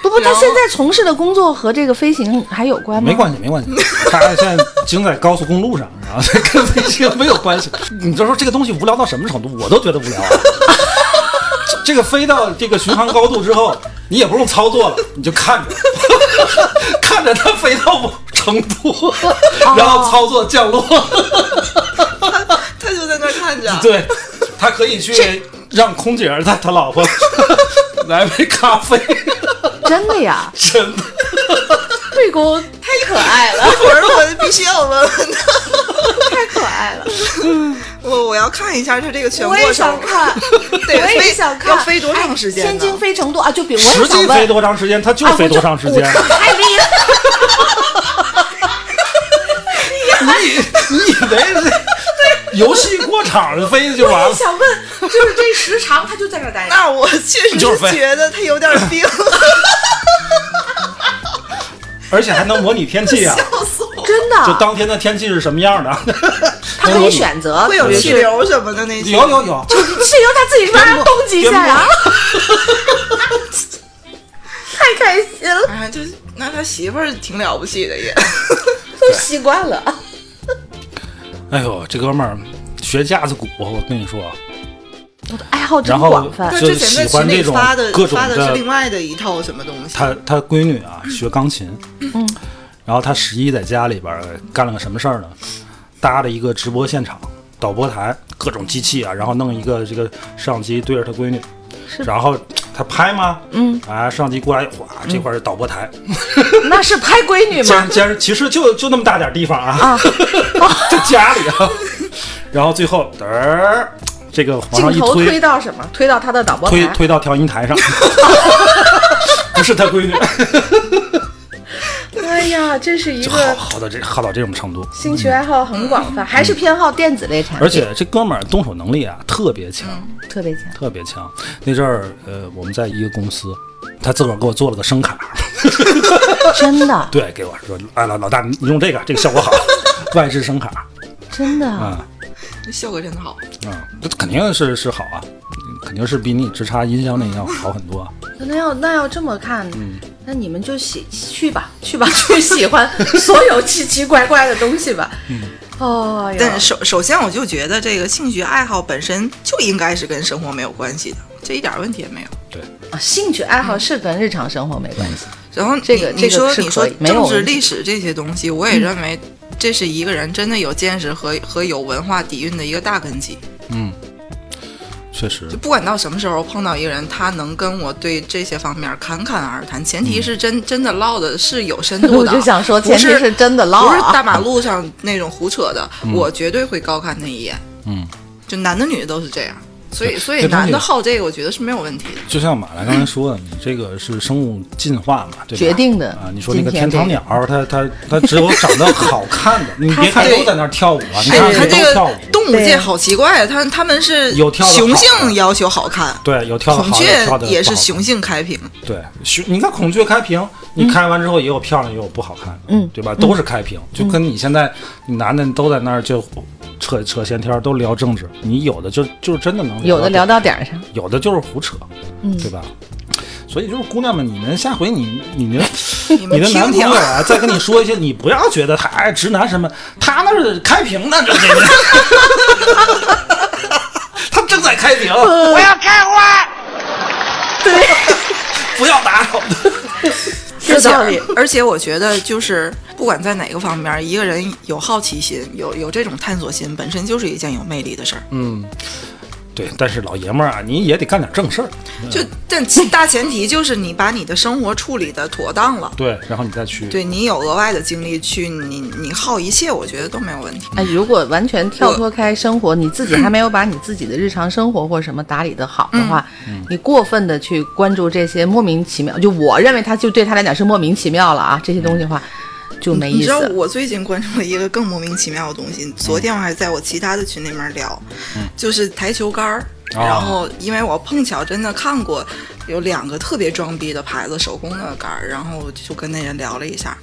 Speaker 3: 不不，他
Speaker 5: 然后
Speaker 3: 现在从事的工作和这个飞行还有关吗？
Speaker 1: 没关系，没关系。他现在经在高速公路上， <laughs> 然后跟飞机没有关系。你就说这个东西无聊到什么程度，我都觉得无聊了。 <laughs> 这这个飞到这个巡航高度之后，你也不用操作了，你就看着， <laughs> 看着它飞到成都，
Speaker 3: 哦
Speaker 1: 然后操作降落。
Speaker 5: 他就在那儿看着，
Speaker 1: 对， <laughs> 他可以去让空姐儿带他老婆 <laughs> 来杯咖啡，
Speaker 3: 真的呀， <laughs>
Speaker 1: 真的。
Speaker 3: 魏公
Speaker 5: 太可爱哎
Speaker 1: <laughs>
Speaker 5: 了。一会儿我必须要问问他，
Speaker 3: 太可爱了，
Speaker 5: <laughs> 我我要看一下他这个全
Speaker 3: 我也
Speaker 5: 过程
Speaker 3: 想。看，
Speaker 5: 对
Speaker 3: 我也
Speaker 5: 飞
Speaker 3: 想看，
Speaker 5: 要飞多长时间
Speaker 3: 哎
Speaker 5: 呢
Speaker 3: 天津飞成都啊，就比我也
Speaker 1: 实际
Speaker 3: 想
Speaker 1: 飞
Speaker 3: 问，
Speaker 1: 多长时间，他就
Speaker 3: 啊
Speaker 1: 飞
Speaker 3: 我
Speaker 1: 多长时
Speaker 3: 我哎
Speaker 1: 间。
Speaker 3: 太
Speaker 1: <laughs>
Speaker 3: 厉害了，
Speaker 1: 你以为这游戏过场就飞就完
Speaker 3: 我也
Speaker 1: 了？
Speaker 3: 想问，就是这时长，他就在那儿待着。
Speaker 5: 那我确实
Speaker 1: 就是飞
Speaker 5: 觉得他有点
Speaker 3: <laughs>
Speaker 5: 病，
Speaker 1: 而且还能模拟天
Speaker 3: <laughs>
Speaker 1: 气啊！
Speaker 5: 笑死我。
Speaker 3: 真
Speaker 1: 就
Speaker 3: 的，
Speaker 1: 当天的天气是什么样的？
Speaker 3: 他可以选择，
Speaker 5: 会有
Speaker 3: 就是
Speaker 5: <laughs> 气流什么的那些，
Speaker 1: <laughs> 有有有，
Speaker 3: 气流他自己慢慢动几下 <laughs> 呀，太开心了，
Speaker 5: 哎，就是那他媳妇儿挺了不起的也，
Speaker 3: 都习惯了。
Speaker 1: 哎呦，这哥们儿学架子鼓，啊我跟你说，
Speaker 3: 我的爱好真
Speaker 1: 然后
Speaker 3: 广泛
Speaker 5: 他，
Speaker 1: 就
Speaker 5: 之
Speaker 1: 是
Speaker 5: 前
Speaker 1: 喜
Speaker 5: 在
Speaker 1: 欢
Speaker 5: 群
Speaker 1: 这
Speaker 5: 里
Speaker 1: 种
Speaker 5: 发的
Speaker 1: 各种
Speaker 5: 发的是
Speaker 1: 的
Speaker 5: 另外的一套什么东西，
Speaker 1: 他他闺女啊学钢琴，嗯，然后他十一在家里边儿干了个什么事儿呢？搭了一个直播现场，导播台各种机器啊，然后弄一个这个摄像机对着他闺女，然后他拍吗？嗯，啊，摄像机过来，哗，这块儿是导播台，
Speaker 3: 那是拍闺女
Speaker 1: 加
Speaker 3: 吗？
Speaker 1: 加，其实就就那么大点地方啊， <laughs> 就家里啊，然后最后嘚儿，这个往上
Speaker 3: 镜
Speaker 1: 一
Speaker 3: 头
Speaker 1: 推，
Speaker 3: 到什么？推到他的导播
Speaker 1: 推
Speaker 3: 台。
Speaker 1: 推到调音台上，不是他闺女，
Speaker 3: 哎呀，这是一
Speaker 1: 就好
Speaker 3: 个
Speaker 1: 好到这好到这种程度。
Speaker 3: 兴趣爱好很广泛，还是偏好电子类产品，
Speaker 1: <laughs> 而且这哥们儿动手能力啊特别强，
Speaker 5: 嗯
Speaker 3: 特别强。
Speaker 1: 特别强。那阵儿呃我们在一个公司，他自个儿给我做了个声卡，
Speaker 3: 真的，
Speaker 1: 对，给我说，哎老老大你用这个，这个效果好， <laughs> 外置声卡
Speaker 3: 真的，
Speaker 1: 啊
Speaker 5: 这效果真好。
Speaker 1: 啊，这肯定是是好啊，肯定是比你直插音箱那要好很多啊。
Speaker 3: 那要那要这么看，
Speaker 1: 嗯
Speaker 3: 那你们就喜去吧，去吧，去喜欢所有奇奇怪怪的东西吧。
Speaker 1: 嗯
Speaker 3: 哦呀，
Speaker 5: 但首首先，我就觉得这个兴趣爱好本身就应该是跟生活没有关系的，这一点问题也没有。
Speaker 3: 啊兴趣
Speaker 5: 嗯
Speaker 3: 爱好是跟日常生活没关系，
Speaker 5: 然后你
Speaker 3: 这个
Speaker 5: 你
Speaker 3: 这
Speaker 5: 说、
Speaker 3: 个是
Speaker 5: 你说
Speaker 3: 可以没有
Speaker 5: 政治
Speaker 3: 问题嗯
Speaker 5: 历史这些东西，我也认为这是一个人真的有见识和和有文化底蕴的一个大根基。
Speaker 1: 确实，
Speaker 5: 就不管到什么时候碰到一个人，他能跟我对这些方面侃侃而谈，前
Speaker 1: 嗯
Speaker 5: 提是真真的唠的是有深度
Speaker 3: 我
Speaker 1: <laughs>
Speaker 5: 的。
Speaker 3: 就想说，
Speaker 5: 不
Speaker 3: 前提
Speaker 5: 是
Speaker 3: 是真的唠
Speaker 5: 不是
Speaker 3: 啊
Speaker 5: 大马路上那种胡扯的，我绝对会高看他一眼。
Speaker 1: 嗯，
Speaker 5: 就男的女的都是这样，所以所以
Speaker 1: 这东西
Speaker 5: 男的好这个，我觉得是没有问题的。
Speaker 1: 就像马来刚才说的，你这个是生物进化嘛，对吧？
Speaker 3: 决定的
Speaker 1: 啊。你说那个
Speaker 3: 今
Speaker 1: 天
Speaker 3: 天这个
Speaker 1: 堂鸟，它它它只有长得好看
Speaker 5: <laughs>
Speaker 1: 的，你别看
Speaker 5: 对
Speaker 1: 都在那儿跳舞啊，你
Speaker 5: 哎
Speaker 1: 看
Speaker 5: 呀，
Speaker 1: 谁
Speaker 5: 这
Speaker 1: 都跳
Speaker 5: 个
Speaker 1: 舞。
Speaker 5: 动物界好奇怪啊，他他们是
Speaker 1: 有跳的好
Speaker 5: 雄性要求好看，
Speaker 1: 对，有跳的
Speaker 5: 孔
Speaker 1: 好，有
Speaker 5: 雀
Speaker 1: 跳的
Speaker 5: 也是
Speaker 1: 不好
Speaker 5: 雄性开屏，
Speaker 1: 对，熊你看孔雀开屏，
Speaker 3: 嗯
Speaker 1: 你开完之后也有漂亮，也有不好看的，嗯，对吧？都是开屏，
Speaker 3: 嗯
Speaker 1: 就跟你现在你男的都在那儿就扯扯闲天儿，都聊政治，你有的就就是真的能
Speaker 3: 有的聊
Speaker 1: 到
Speaker 3: 到点儿上，
Speaker 1: 点儿，有的就是胡扯，嗯，对吧？所以就是姑娘们，你们下回你你们
Speaker 5: 你
Speaker 1: 你
Speaker 5: 们
Speaker 1: 的男
Speaker 5: 听
Speaker 1: 朋
Speaker 5: 听
Speaker 1: 友。啊， <laughs> 再跟你说一些，你不要 <laughs> 觉得他哎直男什么，他那是开屏呢，这这。在开屏，
Speaker 5: 嗯
Speaker 1: 我要开
Speaker 5: <laughs>
Speaker 1: 花。
Speaker 3: 对，
Speaker 1: <laughs> 不要打扰。
Speaker 5: 而
Speaker 4: 有
Speaker 5: 且
Speaker 4: 道理。
Speaker 5: 而且我觉得，就是不管在哪个方面，一个人有好奇心，有有这种探索心，本身就是一件有魅力的事儿。
Speaker 1: 对，但是老爷们儿啊，你也得干点正事儿。
Speaker 5: 就但大前提就是你把你的生活处理的妥当了，
Speaker 1: 对，然后你再去。
Speaker 5: 对你有额外的精力去你你耗一切，我觉得都没有问题。
Speaker 3: 哎，如果完全跳脱开生活，你自己还没有把你自己的日常生活或什么打理得好的话，
Speaker 5: 嗯
Speaker 3: 你过分的去关注这些莫名其妙，就我认为他就对他来讲是莫名其妙了啊，这些东西的话就没
Speaker 5: 你
Speaker 3: 意
Speaker 5: 知道
Speaker 3: 思。
Speaker 5: 我最近关注了一个更莫名其妙的东西，昨
Speaker 1: 嗯
Speaker 5: 天我还在我其他的群里面聊，就是台球杆儿。
Speaker 1: 啊
Speaker 5: 然后，因为我碰巧真的看过有两个特别装逼的牌子手工的杆儿，然后我就跟那人聊了一下，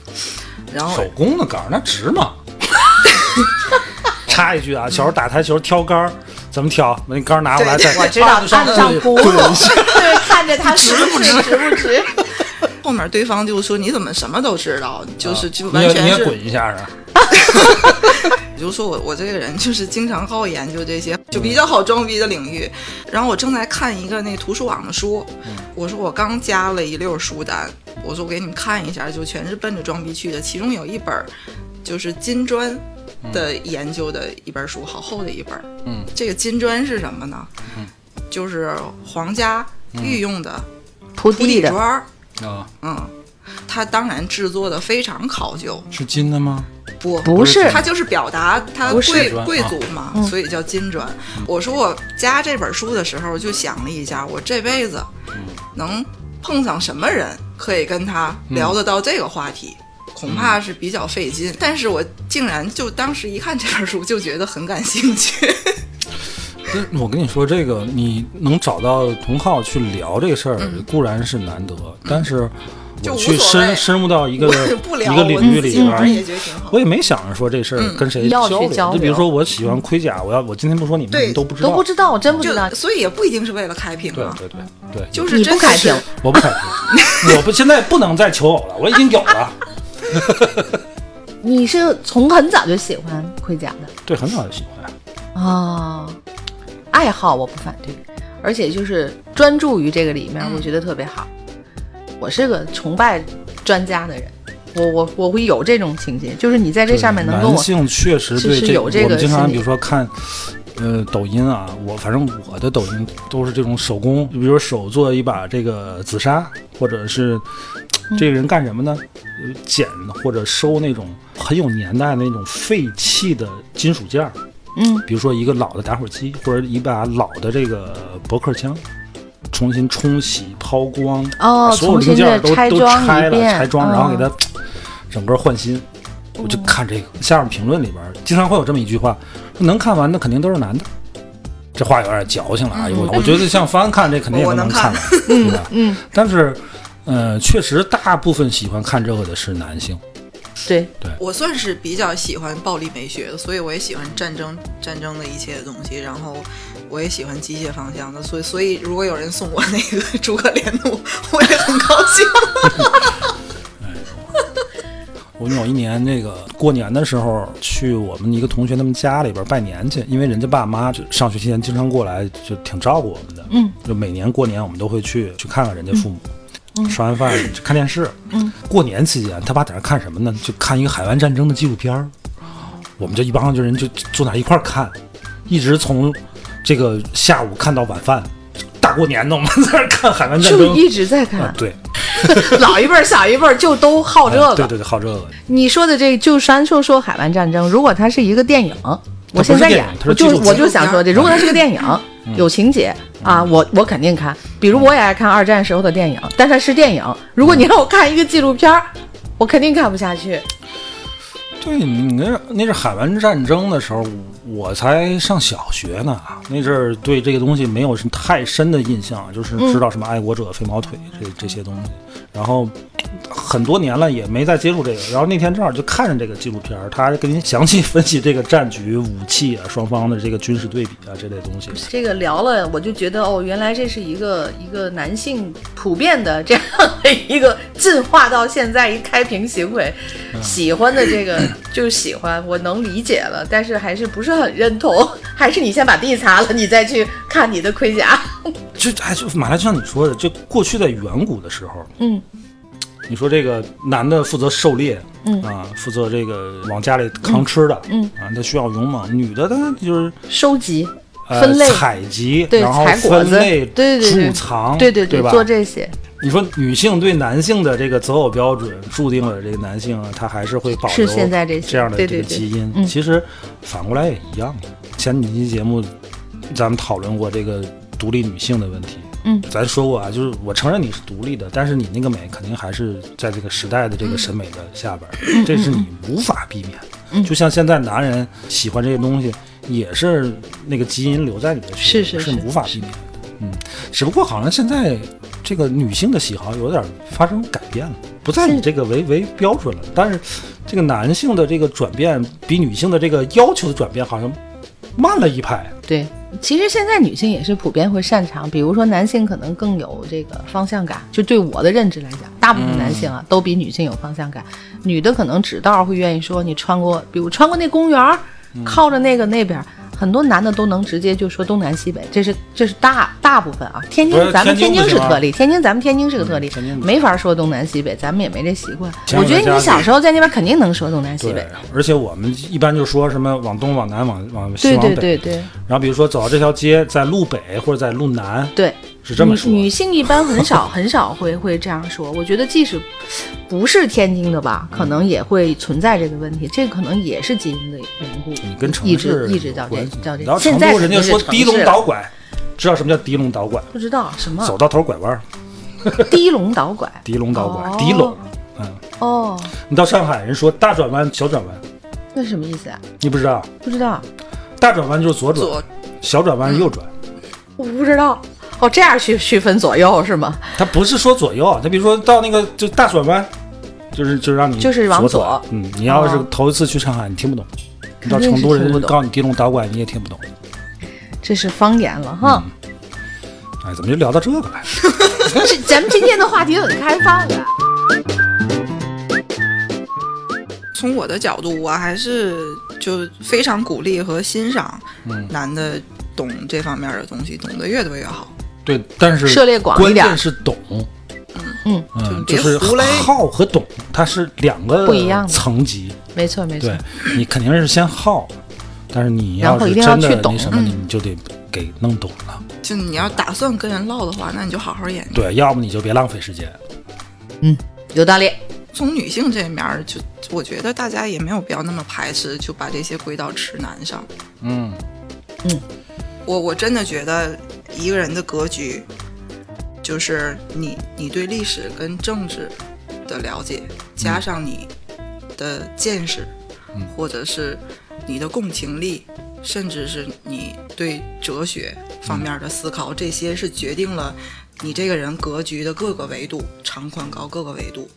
Speaker 5: 然后
Speaker 1: 手工的杆儿那值吗？ <laughs> 插一句啊，小时候打台球挑杆儿，怎么挑？把那杆儿拿过来，
Speaker 5: 对
Speaker 1: 再
Speaker 5: 我
Speaker 1: 知道，上
Speaker 3: 按上
Speaker 1: 对
Speaker 3: 轱辘，对，看着他值不值，值不
Speaker 5: <laughs>
Speaker 3: 值？
Speaker 5: 后面对方就说你怎么什么都知道，就是就
Speaker 1: 啊你
Speaker 5: 完
Speaker 1: 也你
Speaker 5: 全
Speaker 1: 也
Speaker 5: 是，
Speaker 1: 滚一下啊！
Speaker 5: 我就说我我这个人就是经常好研究这些就比较好装逼的领域。然后我正在看一个那图书网的书，
Speaker 3: 嗯
Speaker 5: 我说我刚加了一溜书单，我说我给你们看一下，就全是奔着装逼去的。其中有一本儿就是金砖的
Speaker 3: 嗯
Speaker 5: 研究的一本书，好厚的一本儿。
Speaker 1: 嗯，
Speaker 5: 这个金砖是什么呢？
Speaker 3: 嗯
Speaker 5: 就是皇家御用的
Speaker 3: 铺
Speaker 5: 铺
Speaker 3: 地
Speaker 5: 地
Speaker 3: 的
Speaker 5: 砖，儿。
Speaker 1: 啊，
Speaker 5: 嗯，它当然制作的非常考究，
Speaker 1: 是金的吗？
Speaker 5: 不
Speaker 3: 不是
Speaker 5: 它就是表达它
Speaker 3: 不是嗯
Speaker 5: 贵
Speaker 1: 砖
Speaker 5: 贵
Speaker 1: 啊
Speaker 5: 族嘛，所以叫金砖。我说我加这本书的时候就想了一下，我这辈子
Speaker 1: 嗯
Speaker 5: 能碰上什么人可以跟他聊得到这个话题。
Speaker 1: 嗯
Speaker 5: 恐怕是比较费劲，但是我竟然就当时一看这本书就觉得很感兴趣。
Speaker 1: 那我跟你说，这个你能找到同好去聊这事儿，固然是难得，但是
Speaker 5: 嗯就
Speaker 1: 我
Speaker 5: 无
Speaker 1: 去
Speaker 5: 所
Speaker 1: 深
Speaker 5: 谓
Speaker 1: 深入到一个
Speaker 5: <laughs> 不
Speaker 1: 一
Speaker 5: 聊，
Speaker 1: 个领域里边
Speaker 5: 我自己玩也嗯
Speaker 1: 儿。嗯
Speaker 5: 觉得挺好。
Speaker 1: 我也没想着说这事儿跟谁
Speaker 3: 要去
Speaker 1: 流，
Speaker 3: 交流
Speaker 1: 就比如说我喜欢盔甲，我要我今天不说你们，
Speaker 5: 对
Speaker 1: 你都不知
Speaker 3: 都
Speaker 1: 道
Speaker 3: 不。知道，我真不知道
Speaker 5: 就。所以也不一定是为了开屏
Speaker 1: 对
Speaker 5: 啊，
Speaker 1: 对对对，
Speaker 5: 就是
Speaker 3: 你
Speaker 5: 真
Speaker 3: 不
Speaker 5: 的
Speaker 3: 开
Speaker 5: 是
Speaker 3: 屏，
Speaker 1: 我不开 <laughs> 心，我不现在不能再求偶了，我已经有了。
Speaker 3: 你是从很早就喜欢盔甲的。
Speaker 1: 对，很早就喜欢。
Speaker 3: 哦，爱好我不反对，而且就是专注于这个里面，我觉得特别好。我是个崇拜专家的人，我我我会有这种情节，就是你在这上面能跟
Speaker 1: 男
Speaker 3: 我
Speaker 1: 性确实对
Speaker 3: 是
Speaker 1: 这，
Speaker 3: 有这个
Speaker 1: 我们经常
Speaker 3: 心理
Speaker 1: 比如说看。呃，抖音啊，我反正我的抖音都是这种手工，比如手做一把这个紫砂，或者是这个人干什么呢？呃捡或者收那种很有年代的那种废弃的金属件儿，
Speaker 3: 嗯，
Speaker 1: 比如说一个老的打火机，或者一把老的这个驳壳枪，重新冲洗、抛光，
Speaker 3: 哦，
Speaker 1: 所有
Speaker 3: 重新
Speaker 1: 零件
Speaker 3: 的
Speaker 1: 儿都
Speaker 3: 拆
Speaker 1: 都
Speaker 3: 装
Speaker 1: 拆
Speaker 3: 一
Speaker 1: 了
Speaker 3: 遍，嗯
Speaker 1: 拆装，然后给它
Speaker 3: 哦
Speaker 1: 整个换新。我就看这个，下面评论里边儿经常会有这么一句话，说能看完的肯定都是男的。这话有点矫情了
Speaker 3: 嗯
Speaker 1: 啊！我我觉得像方看这肯定也
Speaker 5: 我
Speaker 1: 都能
Speaker 5: 能
Speaker 1: 看
Speaker 5: 看
Speaker 1: 完，对吧？嗯。但是，呃，确实大部分喜欢看这个的是男性。
Speaker 3: 对，
Speaker 5: 我算是比较喜欢暴力美学的，所以我也喜欢战争战争的一切东西，然后我也喜欢机械方向的，所以所以如果有人送我那个诸葛连弩，我也很高兴。
Speaker 1: 我有一年那个过年的时候去我们一个同学他们家里边拜年去，因为人家爸妈就上学期间经常过来，就挺照顾我们的。嗯，就每年过年我们都会去去看看人家父母。吃完饭去看电视，嗯，过年期间他爸在那看什么呢？就看一个海湾战争的纪录片儿，我们这一帮就人就坐那一块儿看，一直从这个下午看到晚饭，大过年的我们在那儿看海湾战
Speaker 3: 就
Speaker 1: 争，
Speaker 3: 一直在
Speaker 1: 啊
Speaker 3: 看，
Speaker 1: 对，
Speaker 3: 老一辈儿小一辈儿就都好这
Speaker 1: 啊对
Speaker 3: 个。
Speaker 1: 对对，好这个，
Speaker 3: 你说的这就单说说海湾战争，如果它是一个电影，我现在
Speaker 1: 电
Speaker 3: 也
Speaker 1: 影它是
Speaker 3: 我就
Speaker 1: 纪录片
Speaker 3: 我就想说这，如果它是
Speaker 1: 嗯
Speaker 3: 个电影，有情节啊，我我肯定看。比如我也爱看二战时候的电影，但它是电影。
Speaker 1: 嗯
Speaker 3: 如果你让我看一个纪录片儿，我肯定看不下去。
Speaker 1: 对，你那是那是海湾战争的时候，我才上小学呢。那阵儿对这个东西没有什么太深的印象，就是知道什么爱国者、飞毛腿这这些东西。然后很多年了也没再接触这个。然后那天正好就看着这个纪录片儿，他给您详细分析这个战局、武器啊、双方的这个军事对比啊这类东西。
Speaker 3: 这个聊了，我就觉得哦，原来这是一个一个男性普遍的这样的一个进化到现在一开屏行为，喜欢的这个就是喜欢，我能理解了，但是还是不是很认同， <laughs> 还是你先把地擦了，你再去看你的盔甲。
Speaker 1: 就哎，就马来就像你说的，这过去在远古的时候，嗯，你说这个男的负责狩猎，嗯啊，负责这个往家里扛吃的，嗯啊，他需要勇猛；女的她就是
Speaker 3: 收集、
Speaker 1: 呃
Speaker 3: 分类
Speaker 1: 采集，
Speaker 3: 对
Speaker 1: 然后
Speaker 3: 采果
Speaker 1: 分
Speaker 3: 子
Speaker 1: 类、
Speaker 3: 对对对
Speaker 1: 贮藏，
Speaker 3: 对对
Speaker 1: 吧？
Speaker 3: 做这些
Speaker 1: 你说女性对男性的这个择偶标准，注定了这个男性啊，他还是会保留
Speaker 3: 是现在这些
Speaker 1: 样的
Speaker 3: 对
Speaker 1: 这
Speaker 3: 对
Speaker 1: 个
Speaker 3: 对嗯
Speaker 1: 基因。其实反过来也一样。前几期节目咱们讨论过这个独立女性的问题。
Speaker 3: 嗯，
Speaker 1: 咱说过啊，就是我承认你是独立的，但是你那个美肯定还是在这个时代的这个审美的下边儿，
Speaker 3: 嗯
Speaker 1: 这是你无法避免的。就像现在男人喜欢这些东西，也是那个基因留在你的血液
Speaker 3: 是是
Speaker 1: 里
Speaker 3: 是
Speaker 1: 是无法避免的。嗯，只不过好像现在这个女性的喜好有点发生改变了，不再以这个为为标准了。但是这个男性的这个转变比女性的这个要求的转变好像慢了一拍。
Speaker 3: 对。其实现在女性也是普遍会擅长，比如说男性可能更有这个方向感，就对我的认知来讲，大部分男性
Speaker 1: 嗯
Speaker 3: 啊、都比女性有方向感，女的可能指道会愿意说你穿过，比如穿过那公园儿，
Speaker 1: 嗯
Speaker 3: 靠着那个那边儿。很多男的都能直接就说东南西北，这是这是大大部分啊。天津
Speaker 1: 不是
Speaker 3: 咱们
Speaker 1: 天津
Speaker 3: 天津
Speaker 1: 不
Speaker 3: 是
Speaker 1: 行啊嗯
Speaker 3: 特例，天津咱们天津是个特例
Speaker 1: 天津，不行
Speaker 3: 没法说东南西北，咱们也没这习惯。
Speaker 1: 前
Speaker 3: 我
Speaker 1: 两
Speaker 3: 觉
Speaker 1: 天
Speaker 3: 得
Speaker 1: 家
Speaker 3: 你
Speaker 1: 里
Speaker 3: 小时候在那边肯定能说东南西北
Speaker 1: 对，，而且我们一般就说什么往东、往南、往往西、往
Speaker 3: 对
Speaker 1: 北。
Speaker 3: 对对
Speaker 1: 然后比如说走到这条街，在路北或者在路南，
Speaker 3: 对。
Speaker 1: 是这么说。
Speaker 3: 女女性一般
Speaker 1: <laughs>
Speaker 3: 很少很少会会这样说。我觉得即使不是天津的吧，可
Speaker 1: 嗯
Speaker 3: 能也会存在这个问题。这可能也是基因的缘故，
Speaker 1: 你跟城
Speaker 3: 一直
Speaker 1: 市
Speaker 3: 一直到
Speaker 1: 有
Speaker 3: 这
Speaker 1: 关系
Speaker 3: 到这。
Speaker 1: 然后
Speaker 3: 现
Speaker 1: 成
Speaker 3: 在
Speaker 1: 都人家
Speaker 3: 肯定是
Speaker 1: 说
Speaker 3: 城
Speaker 1: 低
Speaker 3: 市
Speaker 1: 龙
Speaker 3: 了嗯
Speaker 1: 导拐，知道什么叫低龙导拐？
Speaker 3: 不知道什么
Speaker 1: 走到头拐弯儿，
Speaker 3: 低龙导拐
Speaker 1: 迪龙导拐
Speaker 3: 哦，
Speaker 1: 迪龙。嗯，
Speaker 3: 哦，
Speaker 1: 你到上海人说大转弯、小转弯，
Speaker 3: 那什么意思啊？
Speaker 1: 你不知道，
Speaker 3: 不知道，
Speaker 1: 大转弯就是左转，
Speaker 5: 左
Speaker 1: 小转弯是右转。
Speaker 3: 我不知道。哦，这样去区分左右是吗？
Speaker 1: 他不是说左右，他比如说到那个就大转弯，就是就让你
Speaker 3: 就是往左
Speaker 1: 左转。嗯，你要是
Speaker 3: 哦
Speaker 1: 头一次去上海，你听不懂。你到
Speaker 3: 肯
Speaker 1: 成
Speaker 3: 定是
Speaker 1: 都
Speaker 3: 听不
Speaker 1: 人
Speaker 3: 懂
Speaker 1: 告诉你迪龙导拐，你也听不懂。
Speaker 3: 这是方言了哈。
Speaker 1: 嗯哎，怎么就聊到这个来了？
Speaker 3: 是咱们今天的话题很开放啊。
Speaker 5: <laughs> 从我的角度，我还是就非常鼓励和欣赏男的懂这方面的东西，懂得越多越好。
Speaker 1: 对，但是
Speaker 3: 涉猎广一
Speaker 1: 关
Speaker 3: 点
Speaker 1: 键是懂。
Speaker 3: 嗯
Speaker 1: 嗯，
Speaker 5: 就别
Speaker 1: 是
Speaker 5: 胡来
Speaker 1: 好和懂，它是两个
Speaker 3: 不一样的
Speaker 1: 层级。
Speaker 3: 没错没错
Speaker 1: 对，你肯定是先好，但是你
Speaker 3: 然
Speaker 1: 要
Speaker 3: 后
Speaker 1: 是
Speaker 3: 一定要
Speaker 1: 真的
Speaker 3: 去懂嗯
Speaker 1: 那什么，你就得给弄懂了。
Speaker 5: 就你要打算跟人唠的话，那你就好好研究。
Speaker 1: 对，要么你就别浪费时间。
Speaker 3: 有道理。
Speaker 5: 从女性这面儿，就我觉得大家也没有必要那么排斥，就把这些归到直男上。
Speaker 1: 嗯，
Speaker 5: 我我真的觉得一个人的格局，就是你你对历史跟政治的了解，加上你的见识，或者是你的共情力，甚至是你对哲学方面的思考，这些是决定了。你这个人格局的各个维度，长宽高各个维度，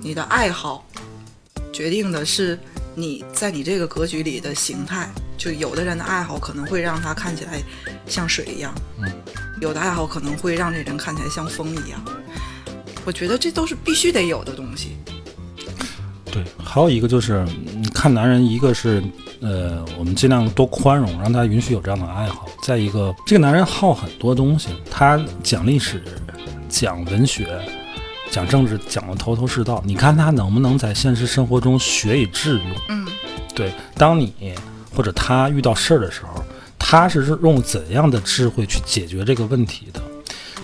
Speaker 5: 你的爱好决定的是你在你这个格局里的形态。就有的人的爱好可能会让他看起来像水一样，有的爱好可能会让这人看起来像风一样。我觉得这都是必须得有的东西。
Speaker 1: 对。还有一个就是，嗯看男人，一个是呃，我们尽量多宽容，让他允许有这样的爱好；再一个，这个男人好很多东西，他讲历史、讲文学、讲政治，讲的头头是道。你看他能不能在现实生活中学以致用？
Speaker 5: 嗯，
Speaker 1: 对，当你或者他遇到事儿的时候，他是用怎样的智慧去解决这个问题的？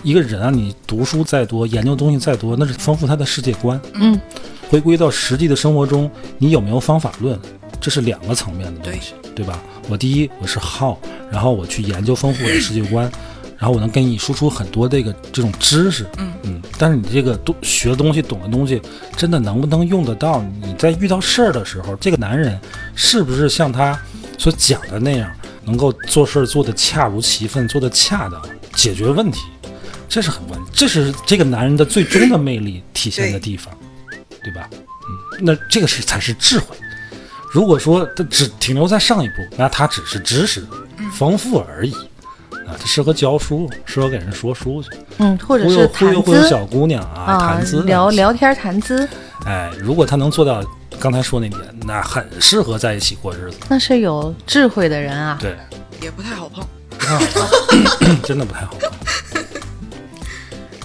Speaker 1: 一个人啊，你读书再多，研究东西再多，那是丰富他的世界观。
Speaker 3: 嗯，
Speaker 1: 回归到实际的生活中，你有没有方法论？这是两个层面的东西，对吧？我第一，我是好，然后我去研究丰富我的世界观，然后我能给你输出很多这个这种知识。
Speaker 5: 嗯
Speaker 1: 但是你这个东学的东西、懂的东西，真的能不能用得到？你在遇到事儿的时候，这个男人是不是像他所讲的那样，能够做事儿做得恰如其分，做得恰当，解决问题？这是很关键，这是这个男人的最终的魅力体现的地方。对吧？嗯，那这个是才是智慧。如果说它只停留在上一步，那它只是知识
Speaker 3: 嗯
Speaker 1: 丰富而已。啊，它适合教书，适合给人说书去，
Speaker 3: 嗯，或者
Speaker 1: 忽悠
Speaker 3: 是
Speaker 1: 忽悠
Speaker 3: 谈
Speaker 1: 忽悠
Speaker 3: 资
Speaker 1: 小姑娘啊，
Speaker 3: 啊
Speaker 1: 谈资，啊
Speaker 3: 聊。聊天谈资，
Speaker 1: 哎，如果他能做到刚才说那点，那很适合在一起过日子。
Speaker 3: 那是有智慧的人啊。
Speaker 1: 对，
Speaker 5: 也不太好碰。
Speaker 1: 不太好办 <laughs> 真的不太好办。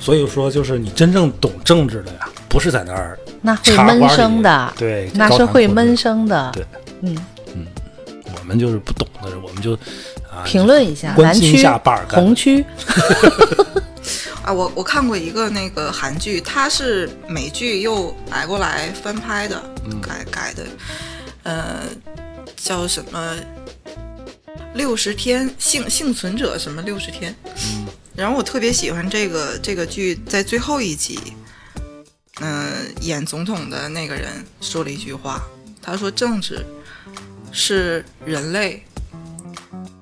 Speaker 1: 所以说，就是你真正懂政治的呀，不是在那儿
Speaker 3: 那会
Speaker 1: 茶
Speaker 3: 闷
Speaker 1: 馆里
Speaker 3: 声的，
Speaker 1: 对，
Speaker 3: 那是
Speaker 1: 高谈
Speaker 3: 会
Speaker 1: 阔
Speaker 3: 闷
Speaker 1: 论。
Speaker 3: 声的。
Speaker 1: 对，
Speaker 3: 嗯，
Speaker 1: 我们就是不懂的，我们就啊，
Speaker 3: 评论一下
Speaker 1: 关
Speaker 3: 南
Speaker 1: 心一
Speaker 3: 区
Speaker 1: 下巴尔、干
Speaker 3: 红区，
Speaker 5: 啊，我我看过一个那个韩剧，它是美剧又改过来翻拍的，改改的，呃，叫什么？六十天幸幸存者什么六十天？然后我特别喜欢这个这个剧，在最后一集，嗯、演总统的那个人说了一句话，他说：“政治是人类